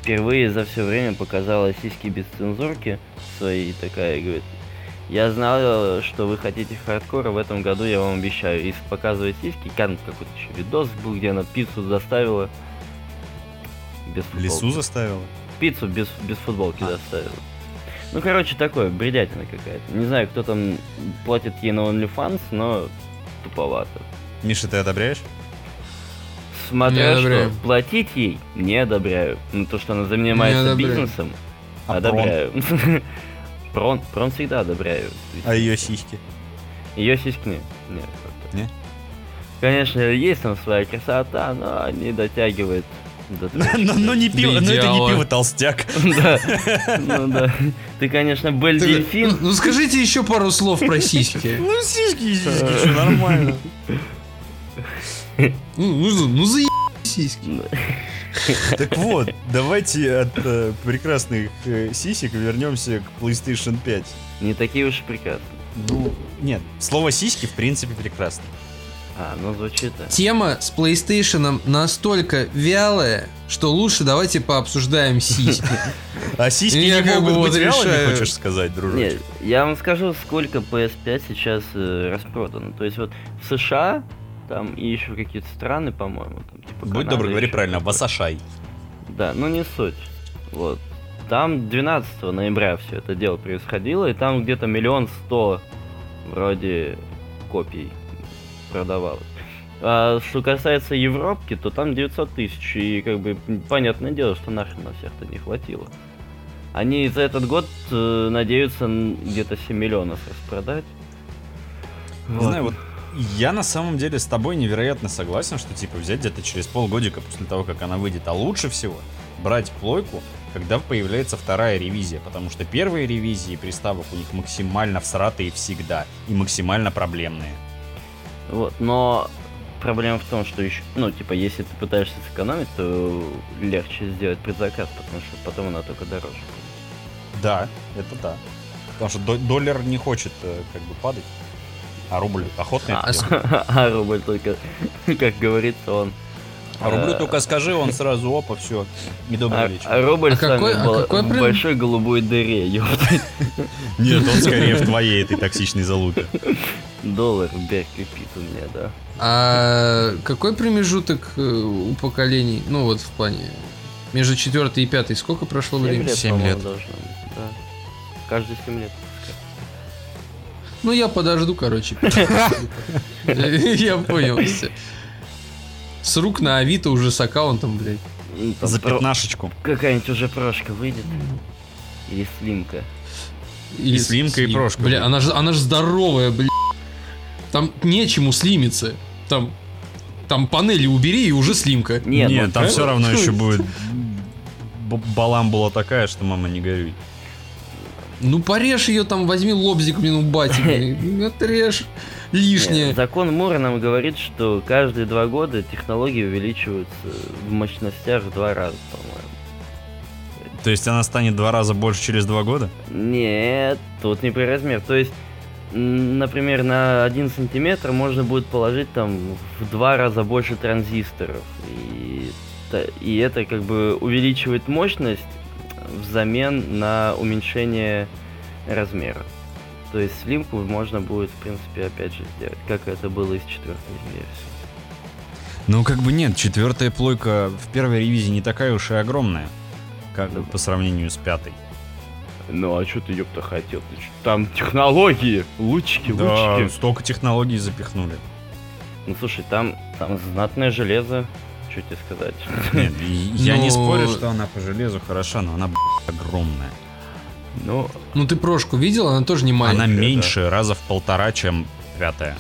S2: впервые за все время показала сиськи без цензурки своей, и такая, говорит, я знала, что вы хотите хардкора, в этом году я вам обещаю. И показывает сиськи, там какой-то еще видос был, где она пиццу заставила. Без
S1: В Лесу
S2: футболки.
S1: заставила.
S2: Пиццу без, без футболки
S1: А.
S2: заставила. Ну, короче, такое, бредятина какая-то. Не знаю, кто там платит ей на OnlyFans, но туповато.
S1: Миша, ты одобряешь?
S2: Смотря
S3: Не одобряю.
S2: что, платить ей не одобряю. Ну, то, что она занимается
S3: одобряю.
S2: бизнесом,
S1: А прон?
S2: одобряю. Прон, прон всегда одобряю.
S1: А ее сиськи?
S2: Ее сиськи нет. Нет, как-то.
S1: Не?
S2: Конечно, есть там своя красота, но не дотягивает до
S1: Ну
S2: твоего
S1: ну не пиво, ну это не
S3: Идеала.
S1: пиво, толстяк.
S2: Да. Ну да. Ты, конечно, Бель
S3: ты-
S2: Дельфин,
S3: ну скажите еще пару слов про сиськи.
S1: Ну, сиськи, сиськи, что нормально.
S3: Ну, ну, за- ну заебись сиськи.
S1: Так вот, давайте от э, прекрасных э, сисек вернемся к PlayStation 5.
S2: Не такие уж и прекрасные.
S1: Ну, нет, слово сиськи в принципе прекрасно.
S2: А, ну звучит да.
S3: Тема с PlayStation настолько вялая, что лучше давайте пообсуждаем сиськи.
S1: А сиськи
S3: Я
S1: не
S3: как бы
S1: могут
S3: вот
S1: быть вялыми,
S3: решаю.
S1: хочешь сказать,
S2: Нет,
S1: дружочек?
S2: я вам скажу, сколько PS5 сейчас э, распродано. То есть вот в США, там и еще какие-то страны, по-моему, там типа
S1: Будь
S2: Канада,
S1: добр, говори
S2: еще
S1: правильно,
S2: какой-то.
S1: басашай.
S2: Да, ну не суть. Вот. Там 12 ноября все это дело происходило, и там где-то миллион сто вроде копий продавалось. А что касается Европки, то там 900 тысяч, и как бы м, понятное дело, что нахрен на всех-то не хватило. Они за этот год э, надеются н- где-то 7 миллионов распродать.
S1: Не
S2: Вот.
S1: знаю, вот я на самом деле с тобой невероятно согласен, что типа взять где-то через полгодика после того, как она выйдет, а лучше всего брать плойку, когда появляется вторая ревизия, потому что первые ревизии приставок у них максимально всратые всегда и максимально проблемные.
S2: Вот, но проблема в том, что еще, ну, типа, если ты пытаешься сэкономить, то легче сделать предзаказ, потому что потом она только дороже будет.
S1: Да, это да. Потому что до- доллар не хочет э, как бы падать, а рубль охотно это
S2: А,
S1: делает.
S2: а рубль только, как говорится, он...
S1: А рублю
S2: э,
S1: только скажи, он сразу опа, все. И добрый
S2: а,
S1: вечер.
S2: а рубль
S3: А
S2: с нами
S3: какой- а
S2: был
S3: какой
S2: в
S3: прин-
S2: большой голубой дыре, ёпта.
S1: Нет, он скорее в твоей этой токсичной залупе.
S2: Доллар бег крепит у меня, да.
S3: А какой промежуток э, у поколений? Ну вот в плане между четвертой и пятой сколько прошло
S2: Семь
S3: времени?
S2: лет,
S1: Семь
S2: по-моему,
S1: лет.
S2: должно быть, да. Каждые 7 лет.
S3: Ну я подожду, короче. Я понял все. С рук на Авито уже с аккаунтом, блядь.
S2: Ну, там
S1: За
S2: про-
S1: пятнашечку.
S2: Какая-нибудь уже прошка выйдет. Или слимка.
S3: Или
S1: И слимка, и
S3: слим.
S1: прошка,
S3: Бля,
S1: блядь.
S3: она же, она же здоровая, бля. Там нечему слимиться. Там, там панели убери и уже слимка.
S2: Не, ну,
S1: Нет, там
S2: как-
S1: все равно еще будет... б- Баламбула такая, что мама не горюй.
S3: Ну порежь ее там, возьми лобзик, блин, у бати, блин, отрежь
S2: Нет,
S1: Э,
S3: лишнее.
S2: Закон Мура нам говорит, что каждые два года технологии увеличиваются в мощностях в два раза, по-моему.
S1: То есть она станет два раза больше через два года?
S2: Нет, тут не при размер. То есть, м, например, на один сантиметр можно будет положить там в два раза больше транзисторов. И, та- и это как бы увеличивает мощность взамен на уменьшение размера. То есть слимку можно будет, в принципе, опять же сделать, как это было из четвертой версии.
S1: Ну, как бы нет, четвертая плойка в первой ревизии не такая уж и огромная. Как бы по сравнению с пятой.
S2: Ну а что ты, ёпта, хотел? Ты чё- Там технологии, лучики,
S1: Да,
S2: лучики.
S1: столько технологий запихнули.
S2: Ну слушай, там, там знатное железо, что тебе сказать.
S1: Нет, и я не
S3: Ну-
S1: спорю, что она по железу хороша, но она б***ь, огромная.
S2: Ну,
S3: Ну ты прошку видел, она тоже не
S1: Она
S3: маленькая.
S1: меньше раза в полтора, чем пятая.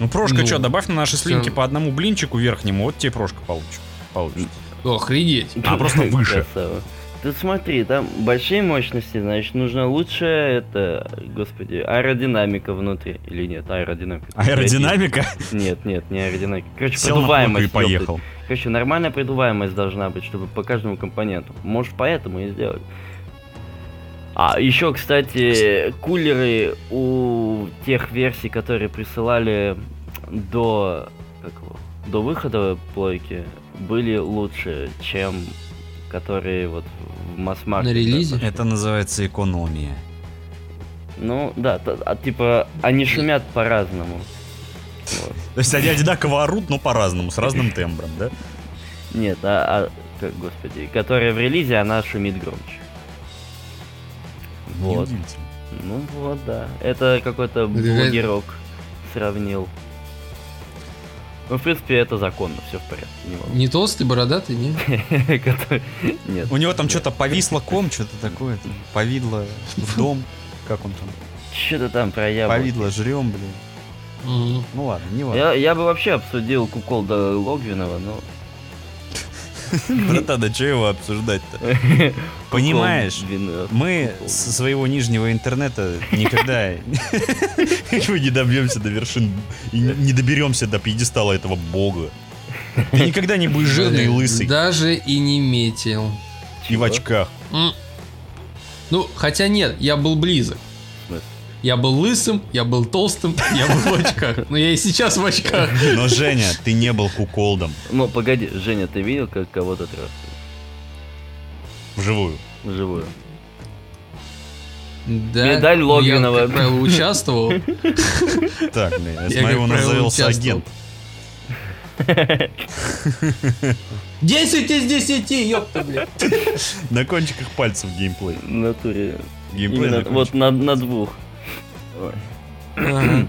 S1: Ну, прошка,
S3: Ну,
S1: что, добавь на наши
S3: всё.
S1: слинки по одному блинчику верхнему, вот тебе прошка получ- получится.
S3: Охренеть.
S1: А, просто выше.
S2: красава. Ты смотри, там большие мощности, значит, нужно лучше это, господи, аэродинамика внутри. Или нет, аэродинамика.
S1: Аэродинамика?
S2: Нет, нет, не аэродинамика. Короче,
S1: Сел на плойку и
S2: продуваемость. ёпта.
S1: поехал.
S2: Короче, нормальная продуваемость должна быть, чтобы по каждому компоненту. Может, поэтому и сделать. А еще, кстати, кулеры у тех версий, которые присылали до как его, до выхода плойки, были лучше, чем которые вот в масс-маркете.
S3: На релизе?
S1: Это называется экономия.
S2: Ну да, т- а, типа они шумят по-разному. Вот.
S1: То есть они одинаково орут, но по-разному, с разным тембром, да?
S2: Нет, а, а, как, господи, которая в релизе, она шумит громче. Вот.
S1: Неудивительно.
S2: Ну вот, да. Это какой-то
S3: какая-
S2: блогерок сравнил. Ну, в принципе, это законно, все в порядке. Не
S3: Не толстый, бородатый, не?
S2: могу. Который- Нет.
S1: У него там что-то повисло ком, что-то такое, там, повидло в дом. Как он там?
S2: Что-то там про яблоки.
S1: Повидло жрем, блин.
S3: Мгм.
S1: Ну ладно, не важно.
S2: Я, я бы вообще обсудил кукол до Логвинова, но...
S1: Братан, а че его обсуждать-то?
S4: Понимаешь,
S2: Виноват.
S4: мы со своего нижнего интернета никогда
S1: Мы не добьемся до вершин, и не не доберемся до пьедестала этого бога.
S4: Ты никогда не будешь жирный и
S3: Блин,
S4: лысый.
S3: Даже и не метил.
S2: типа.
S1: И в очках.
S3: М. Ну, хотя нет, я был близок.
S2: смысле?
S3: Я был лысым, я был толстым, я был в очках. Но я и сейчас в очках.
S1: Но, Женя, ты не был куколдом.
S2: Ну, погоди, Женя, ты видел, как кого-то трахают?
S1: Вживую.
S2: Живую.
S3: Да,
S2: Медаль
S3: но
S2: Логвинова.
S3: Я, как правило, участвовал.
S1: Так, блин, я
S3: Я,
S1: смотрю,
S3: как
S1: у нас
S3: правило,
S1: завелся
S3: участвовал.
S1: агент.
S3: 10 из 10, ёпта, блядь.
S1: На кончиках пальцев геймплей.
S2: В натуре.
S1: Геймплей
S2: Именно
S1: на
S2: вот
S1: кончиках.
S2: на, на двух. Ой.
S3: Ага.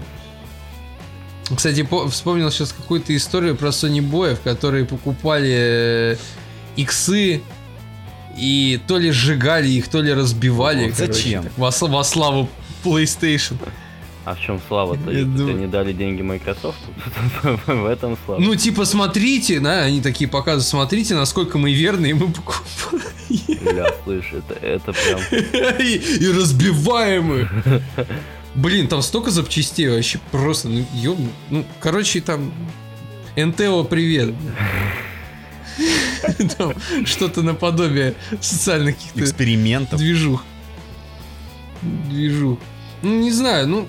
S3: Кстати, по- вспомнил сейчас какую-то историю про Sony Боев, которые покупали э, иксы и то ли сжигали их, то ли разбивали.
S4: Вот
S3: короче,
S4: зачем?
S3: так, Во, сл- во славу PlayStation.
S2: А в чем слава-то?
S3: Я
S2: Если
S3: думаю-
S2: не дали деньги Microsoft, в этом слава.
S3: Ну, типа, смотрите, да, они такие показывают, смотрите, насколько мы верные, мы покупаем
S2: Бля, слышь, это, это прям...
S3: и, и разбиваем их. Блин, там столько запчастей вообще просто, ну, ёб... Ну, короче, там... НТО, привет. Там что-то наподобие социальных каких-то
S1: Экспериментов.
S3: движух. Движух. Ну, не знаю, ну...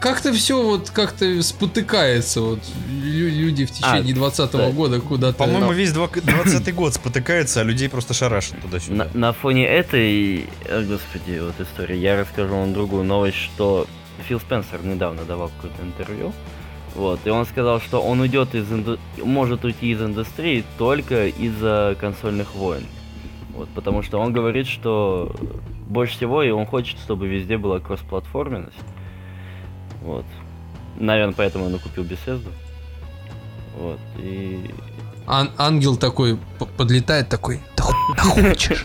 S3: Как-то все вот как-то спотыкается. Вот лю- люди в
S2: А,
S3: течение 2020
S2: да.
S3: года куда-то...
S1: По-моему, весь 20 год спотыкается, а людей просто шарашат
S2: На,
S1: туда-сюда.
S2: на фоне этой, э, господи, вот истории, я расскажу вам другую новость, что Фил Спенсер недавно давал какое-то интервью, вот, и он сказал, что он уйдет из инду- может уйти из индустрии только из-за консольных войн. Вот, потому что он говорит, что больше всего и он хочет, чтобы везде была кроссплатформенность. Вот. Наверное, поэтому он и купил беседу. Вот. И
S3: Ан- ангел такой п- подлетает такой, да ху- нахуй хочешь?»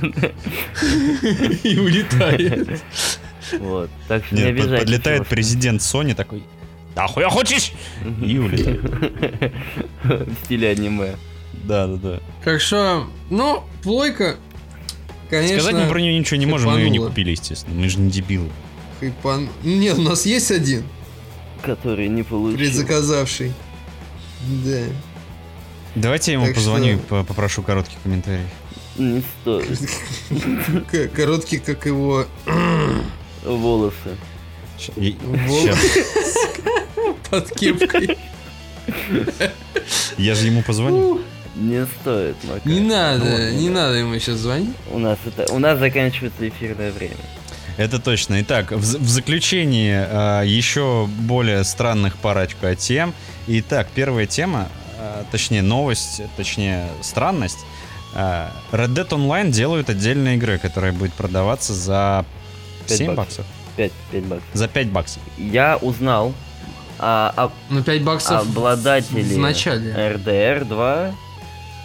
S3: И улетает.
S2: вот. Так что не
S1: Нет, под-
S2: обижайтесь,
S1: подлетает
S2: Фил
S1: президент Sony такой, да хуя хочешь?
S2: Спенсер.
S1: И улетает.
S2: В стиле аниме.
S1: Да, да, да.
S3: Так что, ну, плойка, конечно,
S1: Сказать мы про нее ничего не можем, мы ее не
S3: хайпануло.
S1: купили, естественно. Мы же не дебилы.
S3: хайпан- ну, Нет, у нас есть один
S2: Который не получил.
S3: предзаказавший. Да.
S1: Давайте я ему
S3: Так
S1: позвоню и
S3: что-
S1: по- попрошу короткий комментарий.
S2: Не стоит.
S3: К- Короткий, как его
S2: Волосы.
S1: Щ- и-
S3: Вол-
S1: щас.
S3: под кепкой.
S1: Я же ему позвоню.
S2: Не стоит, Макар.
S3: Не надо,
S2: Ну, Вот,
S3: не надо ему сейчас звонить.
S2: У нас это. У нас заканчивается эфирное время.
S1: Это точно. Итак, в, з- в заключение а, еще более странных парочка тем. Итак, первая тема, а, точнее новость, точнее странность. А, Red Dead Online делают отдельные игры, которая будет продаваться за
S2: Пять
S1: 7 баксов.
S2: баксов. 5, 5 баксов.
S1: За 5 баксов.
S2: Я узнал а,
S3: Ну, 5
S2: о
S3: баксов
S2: обладателе
S3: в начале.
S2: RDR 2,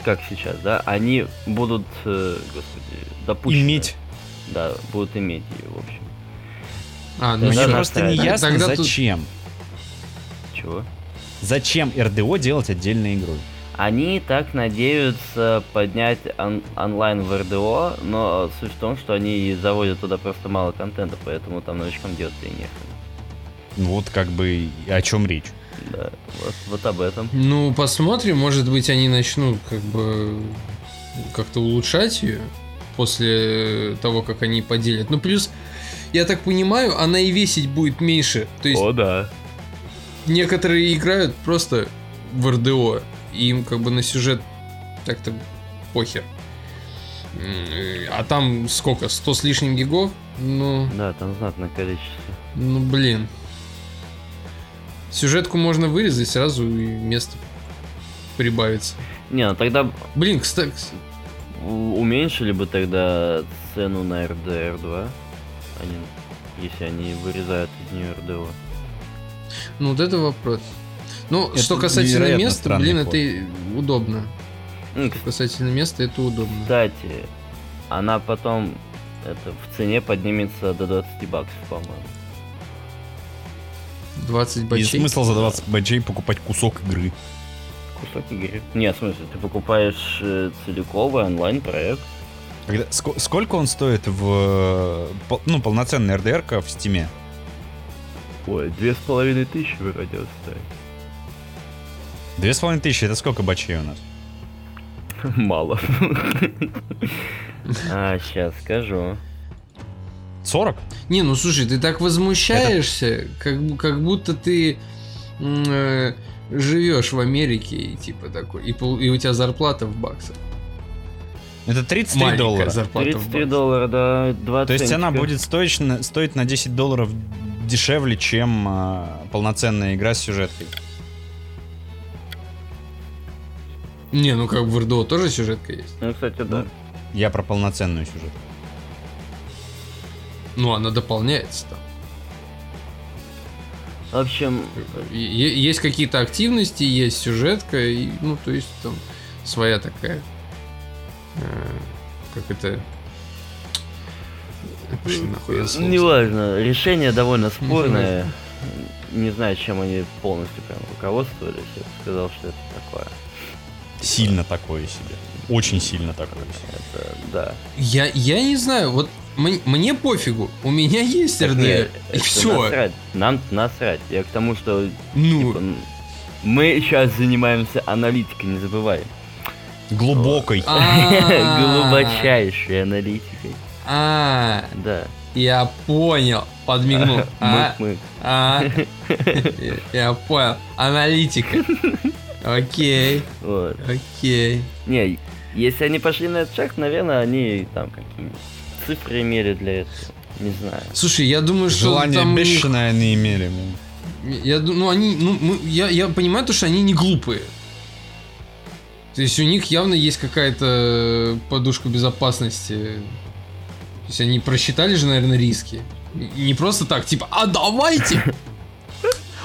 S2: как сейчас, да, они будут, э, господи, допущены.
S1: Иметь.
S2: Да, будут иметь, ее, в общем.
S3: А, ну
S2: Да,
S1: Мне
S2: да,
S3: всё.
S1: просто не
S2: да.
S1: ясно,
S3: Тогда тут-
S1: зачем.
S2: Чего?
S1: Зачем РДО делать отдельной игрой?
S2: Они так надеются поднять он- онлайн в РДО, но суть в том, что они заводят туда просто мало контента, поэтому там новичкам делать-то и нехрен.
S1: Ну, Вот как бы и о чем речь.
S2: Да, вот, вот об этом.
S3: Ну, посмотрим, может быть, они начнут как бы как-то улучшать ее после того, как они поделят. Ну, плюс, я так понимаю, она и весить будет меньше. То есть
S2: да.
S3: некоторые играют просто в РДО, и им как бы на сюжет так-то похер. М, А там сколько? 100 с лишним гигов? Ну,
S2: Да, там знатное количество.
S3: ну блин. Сюжетку можно вырезать сразу, и место прибавится.
S2: Не, ну тогда б-
S3: Блин, кстати,
S2: у- уменьшили бы тогда цену на RDR 2, они, если они вырезают из нее РДО.
S3: ну вот это вопрос. Ну,
S1: Это
S3: что касательно
S1: невероятно
S3: места,
S1: странный
S3: блин,
S1: ход.
S3: это и удобно.
S2: Ну, кс-
S3: Касательно места, это удобно.
S2: Кстати, она потом это, в цене поднимется до 20 баксов, по-моему.
S3: 20
S1: И
S3: бачей.
S1: смысл за 20 бачей покупать кусок игры.
S2: кусок игры. Нет, в смысле, ты покупаешь э, целиковый онлайн-проект.
S1: Когда- ск- сколько он стоит в э, пол- ну, полноценная РДР в стиме?
S2: Ой, две с половиной тысячи вроде вот стоит.
S1: Две с половиной тысячи, это сколько бачей у нас?
S2: Мало. А, сейчас скажу.
S1: 40?
S3: Не, ну слушай, ты так возмущаешься, как, бу- как будто ты м, э, живешь в Америке и типа такой, и, пол- и у тебя зарплата в баксах.
S1: Это 33
S3: Маленькая
S1: доллара.
S3: зарплата в
S2: 33
S3: баксах.
S2: доллара, да, 20
S1: То есть она
S2: центика.
S1: будет стоить, на- стоить на 10 долларов дешевле, чем а, полноценная игра с сюжеткой.
S3: Не, ну как в РДО тоже сюжетка есть.
S2: Ну, кстати, да.
S1: Я про полноценную сюжетку.
S3: Ну, она дополняется там.
S2: В общем,
S3: Е- е- есть какие-то активности, есть сюжетка, и, ну, то есть там своя такая. э, как это. Пошли нахуй, я слово забыл.
S2: неважно, решение довольно спорное. Не знаю, чем они полностью прям руководствовались. Я бы сказал, что это такое.
S1: Сильно такое себе. Очень сильно такое себе.
S2: Это, да.
S3: Я, я не знаю, вот м- мне пофигу, у меня есть
S2: Так,
S3: РДР,
S2: нет,
S3: и
S2: это
S3: все.
S2: насрать. Нам насрать. Я к тому, что
S3: Ну,
S2: типа, м, мы сейчас занимаемся аналитикой, не забывай.
S1: Глубокой.
S3: а,
S2: Глубочайшей аналитикой.
S3: А,
S2: Да.
S3: я понял, подмигнул. А,
S2: Мы, мы.
S3: а, Я- я понял, аналитика. Окей,
S2: Вот.
S3: окей.
S2: Не, если они пошли на этот шаг, наверное, они там какие-нибудь цифры имели для этого. Не знаю.
S3: Слушай, я думаю, что
S1: Желание
S3: там у них-
S1: бешеное они имели. блин.
S3: Я, ду- ну, они, ну, мы- я, я понимаю то, что они не глупые. То есть у них явно есть какая-то подушка безопасности. То есть они просчитали же, наверное, риски. Н- Не просто так, типа, а давайте!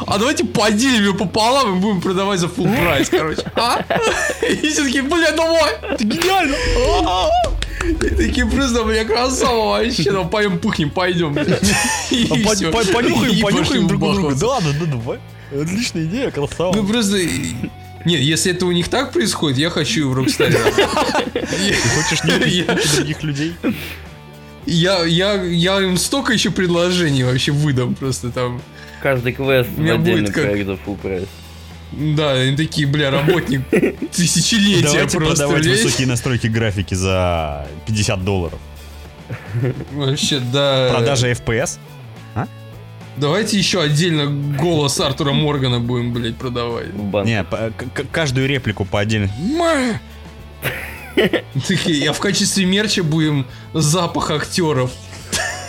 S3: А давайте поделим ее пополам и будем продавать за full прайс, короче. А? И все такие, бля, давай! Это гениально! А! И такие просто, бля, красава вообще, ну поем, пухнем, пойдем. И
S1: А по-
S3: всё.
S1: по-
S3: И
S1: Понюхаем,
S3: пошли
S1: понюхаем друг у друга.
S3: бахаться.
S1: Да, да, да, давай. Отличная идея, красава.
S3: Ну просто... Нет, если это у них так происходит, я хочу и в Rockstar.
S1: Ты хочешь не убить других людей?
S3: Я, я, я им столько еще предложений вообще выдам просто там.
S2: Каждый квест
S3: У меня
S2: в отдельный
S3: будет как-
S2: проект за full пресс.
S3: Да, они такие, бля, работник тысячелетия
S1: Давайте
S3: просто.
S1: продавать
S3: блядь.
S1: высокие настройки графики за 50 долларов.
S3: Вообще, да.
S1: Продажа FPS.
S3: Давайте еще отдельно голос Артура Моргана будем, блядь, продавать.
S2: В банк.
S1: Не, по- к- к- каждую реплику по отдельно.
S3: Ма! Такие, а в качестве мерча будем запах актеров.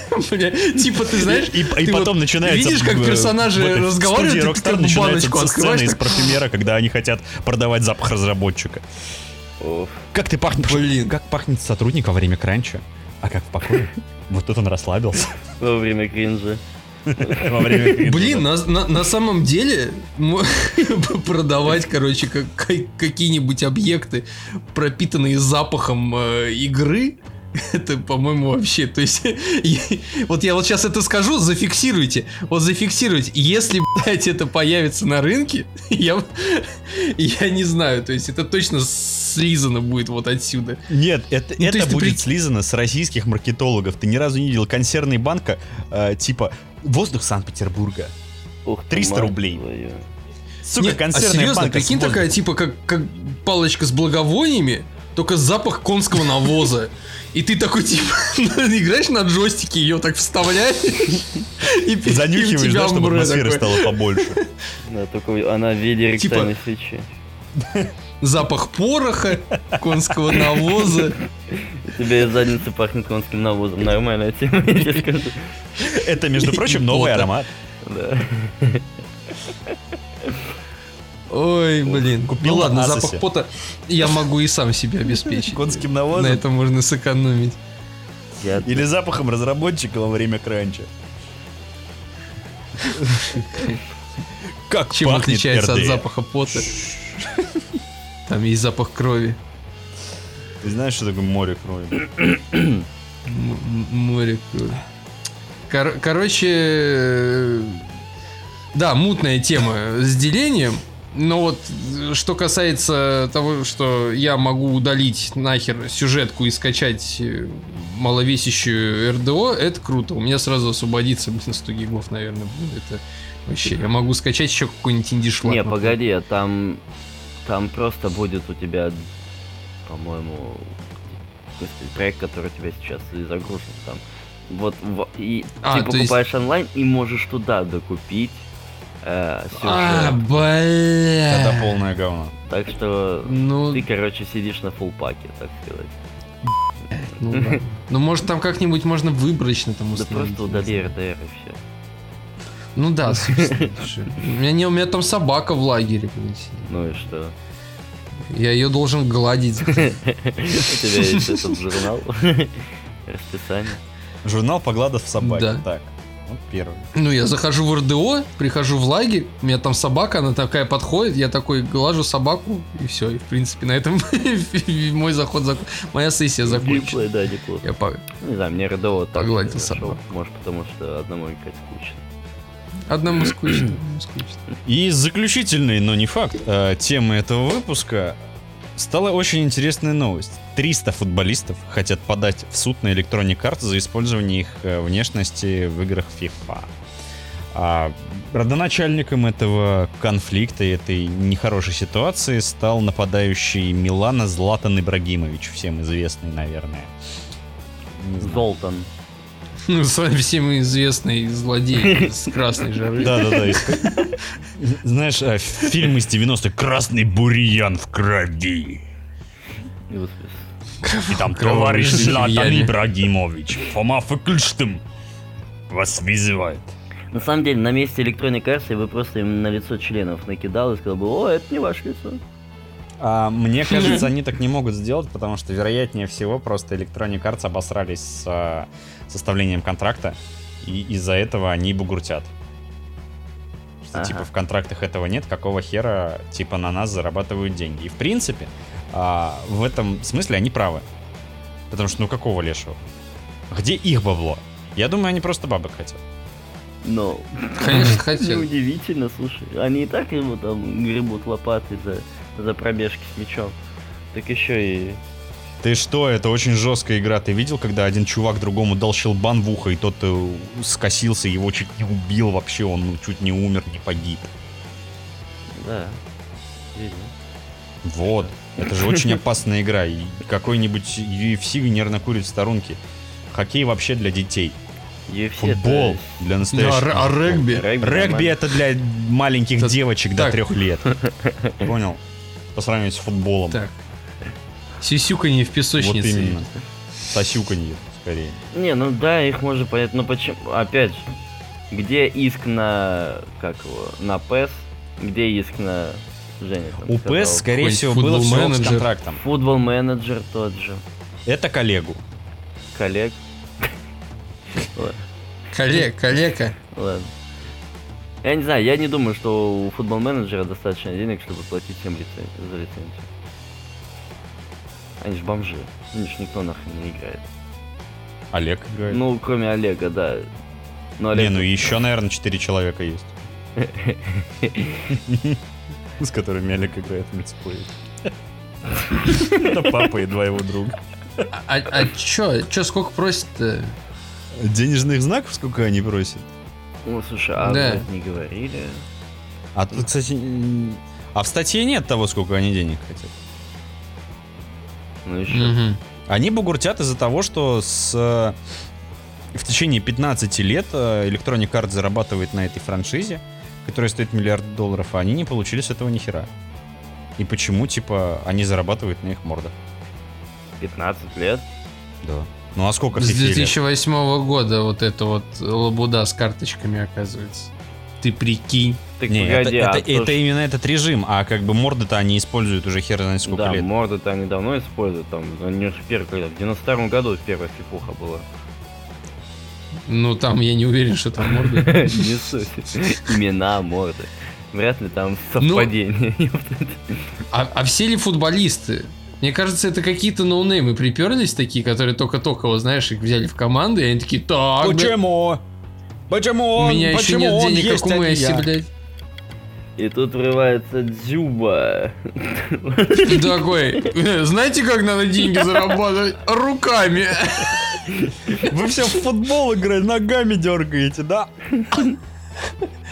S3: Бля, типа, ты знаешь,
S1: И, и
S3: ты вот
S1: потом начинается...
S3: видишь, как
S1: э,
S3: персонажи
S1: в этой- в
S3: разговаривают,
S1: студии
S3: и ты
S1: Rockstar
S3: как бы
S1: начинается
S3: баночку
S1: сцена
S3: открываешь,
S1: из
S3: так-
S1: парфюмера, когда они хотят продавать запах разработчика.
S2: Оф.
S1: Как ты пахнешь?
S3: Блин.
S1: Как пахнет сотрудник во время кранча? А как в покое? Вот тут он расслабился.
S2: Во время кринжа.
S1: Во время кринжа.
S3: Блин, на, на- на самом деле м- продавать, короче, как- как- какие-нибудь объекты, пропитанные запахом э, игры, это, по-моему, вообще, то есть, я- вот я вот сейчас это скажу, зафиксируйте, вот зафиксируйте, если, блядь, это появится на рынке, я, я не знаю, то есть это точно слизано будет вот отсюда.
S1: Нет, это,
S3: Ну, то
S1: это
S3: есть ты
S1: будет
S3: прик-
S1: слизано с российских маркетологов. Ты ни разу не видел консервной банка э, типа воздух Санкт-Петербурга.
S2: Ух ты,
S1: 300
S2: мать
S1: рублей.
S2: твою.
S1: Сука,
S3: Нет, а
S1: консервная
S3: серьезно,
S1: банка. с
S3: прикинь,
S1: воздухом.
S3: такая, типа, как, как палочка с благовониями, только запах конского навоза. И ты такой, типа, играешь на джойстике, ее так вставляешь, и перед ним
S1: типа, Занюхиваешь,
S3: тебя
S1: да, чтобы
S3: амбре
S1: атмосфера
S3: такой.
S1: стала побольше.
S2: Да, только она в виде
S3: Типа-
S2: ректальной свечи.
S3: Запах пороха, конского навоза.
S2: У тебя из задницы пахнет конским навозом. Нормальная тема, я тебе скажу.
S1: Это, между прочим, новый
S3: Пота.
S1: аромат.
S2: Да.
S3: Ой, блин.
S1: Купил
S3: ну ладно,
S1: на
S3: запах
S1: Асосе.
S3: пота я могу и сам себе обеспечить.
S1: Конским
S3: На
S1: навозом.
S3: этом можно сэкономить.
S2: Я-
S1: Или запахом разработчика во время кранча. Как
S3: Чем
S1: пахнет
S3: отличается от
S1: RDR?
S3: запаха пота? Там есть запах крови,
S1: Ты знаешь, что такое море крови?
S3: М- м- море крови. Кор- короче, э, да, мутная тема с делением. Но вот э, что касается того, что я могу удалить нахер сюжетку и скачать э, маловесящую РДО, это круто. У меня сразу освободится, блин, 100 гигов, наверное, будет. Это вообще, я могу скачать еще какой-нибудь инди-шлак.
S2: Не, погоди, а там... Там просто будет у тебя, по-моему, господи, проект, который у тебя сейчас и загружен там. Вот в- и
S3: А,
S2: ты
S3: то есть-
S2: покупаешь онлайн и можешь туда докупить э, сюжет.
S3: А,
S1: Это
S3: бля.
S1: полное говно.
S2: Так что
S3: Ну,
S2: ты, короче, сидишь на фулпаке, так сказать.
S3: ну, да. ну, может, там как-нибудь можно выборочно там
S2: Да
S3: установить.
S2: просто удали РДР и все.
S3: Ну да, собственно. слушай. У меня, не, у меня там собака в лагере, блин, сидит.
S2: Ну и что?
S3: Я ее должен гладить.
S2: У тебя есть этот журнал? Расписание.
S1: Журнал погладов собаки.
S3: Да.
S1: Так, вот первый.
S3: Ну, я захожу в РДО, прихожу в лагерь, у меня там собака, она такая подходит, я такой глажу собаку, и все. И, в принципе, на этом мой заход, зак- моя сессия закончена.
S2: Геймплей, да, неплохо.
S3: Я по-
S2: Не знаю, мне РДО так
S3: Погладил
S2: хорошо.
S3: собаку.
S2: Может, потому что одному играть скучно.
S3: Одному скучно, одному скучно.
S1: И заключительный, но не факт, э, темы этого выпуска стала очень интересная новость. 300 футболистов хотят подать в суд на Electronic Arts за использование их э, внешности в играх FIFA. А родоначальником этого конфликта и этой нехорошей ситуации стал нападающий Милана Златан Ибрагимович, всем известный, наверное. Не знаю.
S2: Золтан.
S3: Ну, с вами всем известный злодей с красной жары.
S1: Да, да, да. Знаешь, э, фильм из 90-х «Красный бурьян в крови».
S2: Юспис.
S1: И там
S3: Кровавый
S1: товарищ
S3: шлиф
S1: Златан
S3: Яни.
S1: Ибрагимович, Фома Фекельштым вас вызывает.
S2: На самом деле, на месте электронной карты вы просто им на лицо членов накидал и сказал бы, о, это не ваше лицо.
S1: А, мне кажется, они так не могут сделать, потому что, вероятнее всего, просто Electronic Arts обосрались с а, составлением контракта, и из-за этого они бугуртят. Что,
S2: Ага.
S1: типа, в контрактах этого нет, какого хера, типа, на нас зарабатывают деньги. И, в принципе, а, в этом смысле они правы. Потому что, ну, какого лешего? Где их бабло? Я думаю, они просто бабок хотят.
S2: Но
S3: Конечно, хотел.
S2: неудивительно, слушай. Они и так его там гребут лопатой за, за пробежки с мячом. Так еще и...
S1: Ты что, это очень жесткая игра. Ты видел, когда один чувак другому дал щелбан в ухо, и тот э, скосился, его чуть не убил вообще, он ну, чуть не умер, не погиб.
S2: Да. Видно.
S1: Вот. Это же очень опасная игра. И какой-нибудь UFC нервно курит в сторонке. Хоккей вообще для детей.
S2: UFC
S1: Футбол для
S3: Ну,
S1: настоящих.
S3: а р- а регби?
S2: регби
S1: Регби
S2: нормально.
S1: это для маленьких
S3: Так,
S1: девочек до
S3: так.
S1: трех лет. Понял? По сравнению с футболом.
S3: Так. Сисюканье в
S1: Вот
S3: песочнице.
S1: именно. Сосюканье, скорее.
S2: это- Не, ну да, их можно понять, но почему... Опять же, где иск на... Как его? На ПЭС? Где иск на... Женя там
S1: У
S2: сказал.
S1: ПЭС, скорее
S3: какой-нибудь
S1: всего, было все с
S3: футбол-менеджер.
S1: контрактом.
S2: Футбол менеджер тот же.
S1: Это коллегу.
S2: Коллег.
S3: Коллег, коллега.
S2: Ладно. Я не знаю, я не думаю, что у футбол менеджера достаточно денег, чтобы платить всем лицен- за лицензию. Они же бомжи. У них ж никто нахрен не играет.
S1: Олег играет.
S2: Ну, кроме Олега, да. Но
S1: Э. не,
S2: Олег...
S1: ну еще, наверное, 4 человека есть. С которыми Олег играет в мультиплеер. Это папа и два его друга.
S3: А, а чё, чё, сколько просит-то?
S1: Денежных знаков сколько они просят?
S2: Ну, слушай, а
S3: Да.
S2: мы это не говорили.
S1: А тут, кстати, м, а в статье нет того, сколько они денег хотят.
S2: Ну, еще.
S3: Мгм.
S1: Они бугуртят из-за того, что с... э, в течение 15 лет э, Electronic Arts зарабатывает на этой франшизе, которая стоит миллиард долларов, а они не получили с этого ни хера. И почему, типа, они зарабатывают на их мордах?
S2: 15 лет.
S1: Да. Ну а сколько
S3: С
S1: фифе лет?
S3: 2008 года вот это вот лабуда с карточками оказывается. Ты прикинь.
S2: Так
S1: Не, это,
S2: погоди, а
S1: это-
S2: то,
S1: это
S2: что-
S1: именно этот режим, а как бы морды-то они используют уже хер знает сколько
S2: Да,
S1: лет.
S2: морды-то они давно используют, там, они же в первый, когда- в 92 году первая фифуха была.
S3: Ну там я не уверен, что там морда.
S2: Не суть. Имена морды. Вряд ли там
S1: Ну,
S2: совпадение.
S3: А, а все ли футболисты? Мне кажется, это какие-то ноунеймы приперлись такие, которые только-только, вот знаешь, их взяли в команды, и они такие, так, бля,
S1: Почему? Почему
S3: а у меня еще нет денег, как у Месси, блядь.
S2: И тут врывается Дзюба.
S3: Ты такой, знаете, как надо деньги зарабатывать? Руками.
S1: Вы все в футбол играли, ногами дергаете, да?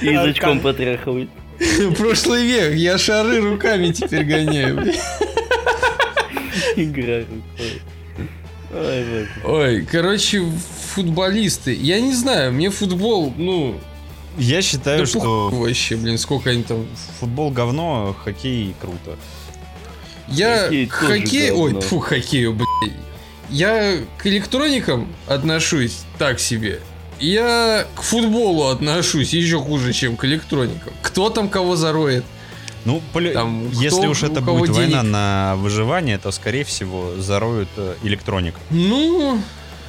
S2: И язычком потряхивает.
S3: Прошлый век, я шары руками теперь гоняю. блин.
S2: Игра рукой. Ой, боже.
S3: Ой, короче, футболисты. Я не знаю, мне футбол, ну,
S1: Я
S3: да
S1: считаю,
S3: похуй
S1: что
S3: вообще, блин, сколько они там.
S1: футбол говно, хоккей круто.
S3: Я
S2: Хоккей
S3: к
S2: тоже
S3: хоккею, ой,
S2: говно.
S3: фу, хоккею, блядь. Я к электроникам отношусь так себе. Я к футболу отношусь еще хуже, чем к электроникам. Кто там кого зароет?
S1: Ну, поле-
S3: Там, кто-
S1: если уж это
S3: у кого
S1: будет война
S3: денег?
S1: на выживание, то, скорее всего, зароют э, электроник.
S3: Ну,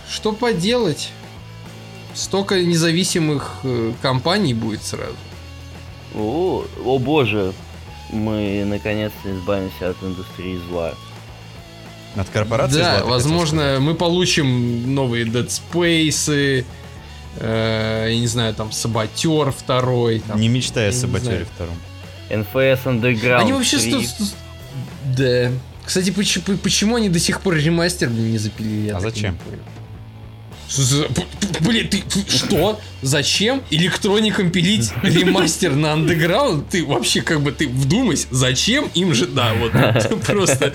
S3: что поделать? Столько независимых э, компаний будет сразу.
S2: О, о боже. Мы наконец-то избавимся от индустрии зла.
S1: От корпорации? зла, ты
S3: да,
S1: хотел сказать?
S3: возможно, мы получим новые Dead Space, э, я не знаю, там Саботер второй. там.
S1: Не мечтая
S3: я
S1: о
S3: не
S1: Саботере
S3: знаю.
S1: втором.
S2: НФС Underground
S3: Они вообще...
S2: 3.
S3: сто- сто- Да. Кстати, поч- по- почему они до сих пор ремастер блин, не запилили? я
S1: А
S3: так и не
S1: зачем?
S3: понял. Что за- п- п- Блин, ты ты что? Зачем электроникам пилить ремастер на андеграунд? Ты вообще как бы ты вдумайся, зачем им же, да, вот просто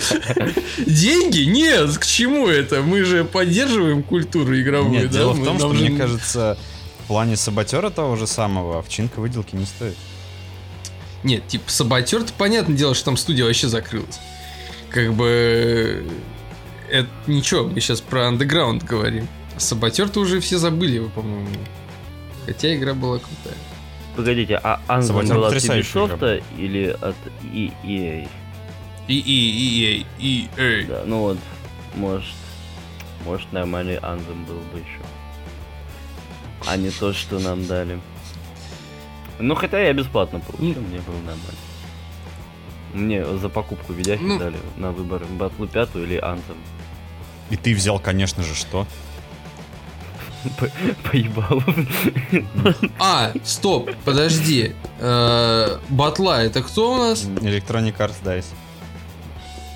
S3: деньги? Нет, к чему это? Мы же поддерживаем культуру игровую,
S1: Нет,
S3: да?
S1: дело в
S3: Мы-
S1: том,
S3: нам
S1: что,
S3: же-
S1: мне кажется, в плане Саботера того же самого овчинка выделки не стоит.
S3: Нет, типа саботер, то понятное дело, что там студия вообще закрылась. Как бы... э, Это ничего, мы сейчас про андеграунд говорим. А саботер-то уже все забыли, его, по-моему. Хотя игра была крутая.
S2: Погодите, а Анзон
S1: Саботер
S2: была от
S1: потрясающая игра
S2: Ubisoft или от EA?
S3: И, и, и, и, и, эй.
S2: Да, ну вот, может, может нормальный Анзом был бы еще. А не то, что нам дали. Ну, хотя я бесплатно получил, мне было нормально. Мне за покупку видяхи
S3: Ну.
S2: дали на выбор батлу пятую или Анзом.
S1: И ты взял, конечно же, что?
S2: Поебал.
S3: А, стоп, подожди. Э, Батла, это кто у нас?
S1: Electronic Arts Dice.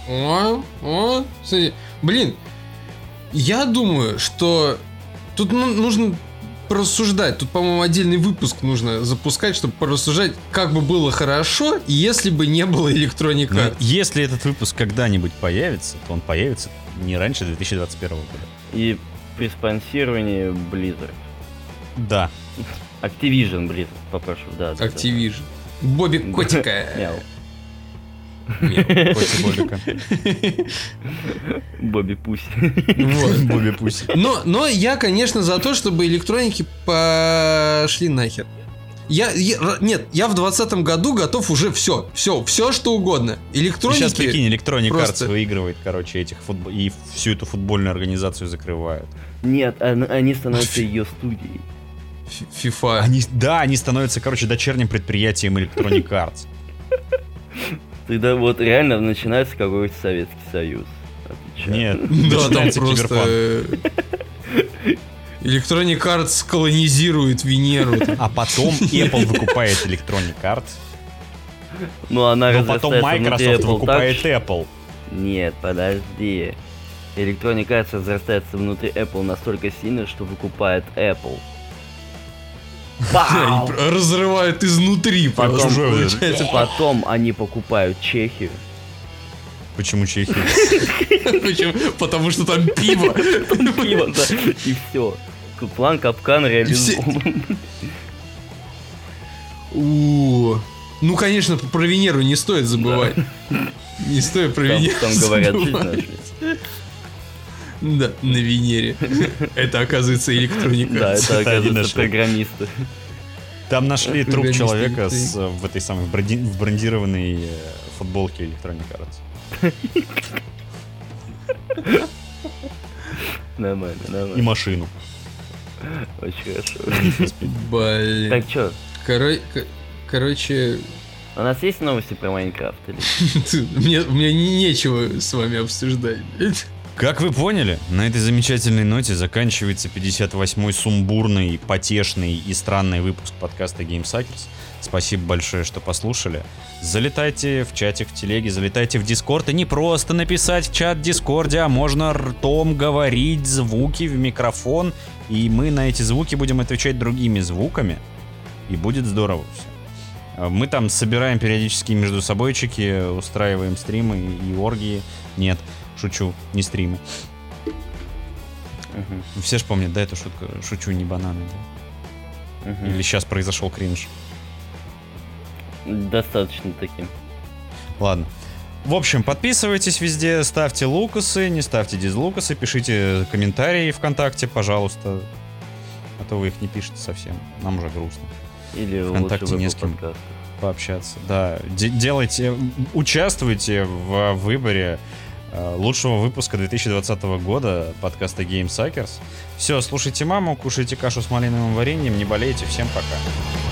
S3: О, о, А? смотри. Блин, я думаю, что тут ну, нужно порассуждать. Тут, по-моему, отдельный выпуск нужно запускать, чтобы порассуждать, как бы было хорошо, если бы не было
S1: Но
S3: электроника.
S1: если этот выпуск когда-нибудь появится, то он появится не раньше 2021 года.
S2: И при спонсировании Blizzard.
S1: Да.
S2: Activision Blizzard, попрошу, да. да, да.
S3: Activision. Бобик Котика.
S2: Мяу.
S1: Котя Бобика.
S2: Бобби Пусть.
S3: Вот.
S1: Бобби Пуси.
S3: Но, но я, конечно, за то, чтобы электроники пошли нахер. Я, я- р- нет, я в двадцатом году готов уже все, все, все что угодно. Электроники.
S1: Сейчас прикинь, Electronic
S3: просто-
S1: Arts выигрывает, короче, этих футбо- и всю эту футбольную организацию закрывают.
S2: Нет, он- они становятся ее студией.
S3: Фи- FIFA.
S1: Они, да, они становятся, короче, дочерним предприятием Electronic Arts.
S2: Тогда вот реально начинается какой-то Советский Союз. Отвечаю.
S1: Нет,
S3: Да, там
S1: начинается
S3: просто...
S1: киберпанк.
S3: э, Electronic Arts колонизирует Венеру.
S1: А потом Apple выкупает Electronic Arts,
S2: Ну она
S1: но потом
S2: разрастается
S1: Microsoft
S2: внутри Apple
S1: выкупает
S2: так, что-
S1: Apple.
S2: Нет, подожди. Electronic Arts разрастается внутри Apple настолько сильно, что выкупает Apple. Пау!
S3: Разрывает изнутри
S1: Потом
S3: просто,
S1: же-
S3: получается.
S2: А Потом они покупают Чехию.
S1: Почему Чехия?
S3: Почему? Потому что там пиво.
S2: И вот так, и все. План капкан реализован.
S3: У. Ну, конечно, про Венеру не стоит забывать. Не стоит про
S2: Там,
S3: Венеру
S2: там говорят, жизнь
S3: забывать.
S2: нашли.
S3: Да, на Венере. Это, оказывается, Electronic
S2: Да, это
S3: Arts.
S1: Это они
S2: оказывается
S1: нашли.
S2: программисты.
S1: Там нашли труп
S3: Программисты
S1: человека
S3: детей.
S1: с, э, в этой самой в бранди- в брендированной э, футболке Electronic Arts.
S2: Нормально,
S1: И
S2: нормально.
S1: машину.
S2: Очень хорошо.
S3: Блин.
S2: Так что,
S3: Коро- ко- Короче,
S2: у нас есть новости про Майнкрафт? Или...
S3: Ты- Мне, у меня не- нечего с вами обсуждать.
S1: Как вы поняли, на этой замечательной ноте заканчивается 58-й сумбурный, потешный и странный выпуск подкаста GameSuckers. Спасибо большое, что послушали. Залетайте в чатик в телеге, залетайте в Дискорд. И не просто написать в чат в Дискорде, а можно ртом говорить звуки в микрофон. И мы на эти звуки будем отвечать другими звуками. И будет здорово все. Мы там собираем периодически между собойчики, устраиваем стримы и оргии. Нет, шучу, не стримы.
S2: Мгм,
S1: Все ж помнят, да, эту шутку? Шучу, не бананы, да?
S2: мгм.
S1: Или сейчас произошел кринж.
S2: Достаточно таким.
S1: Ладно. В общем, подписывайтесь везде, ставьте лукасы, не ставьте дизлукасы, пишите комментарии ВКонтакте, пожалуйста. А то вы их не пишете совсем. Нам уже грустно
S2: Или
S1: ВКонтакте
S2: лучше
S1: не
S2: в
S1: с кем.
S2: подкаст.
S1: пообщаться. Да, де- делайте, участвуйте в выборе э, лучшего выпуска 2020 года подкаста Game Suckers. Все, слушайте маму, кушайте кашу с малиновым вареньем, не болейте, всем пока.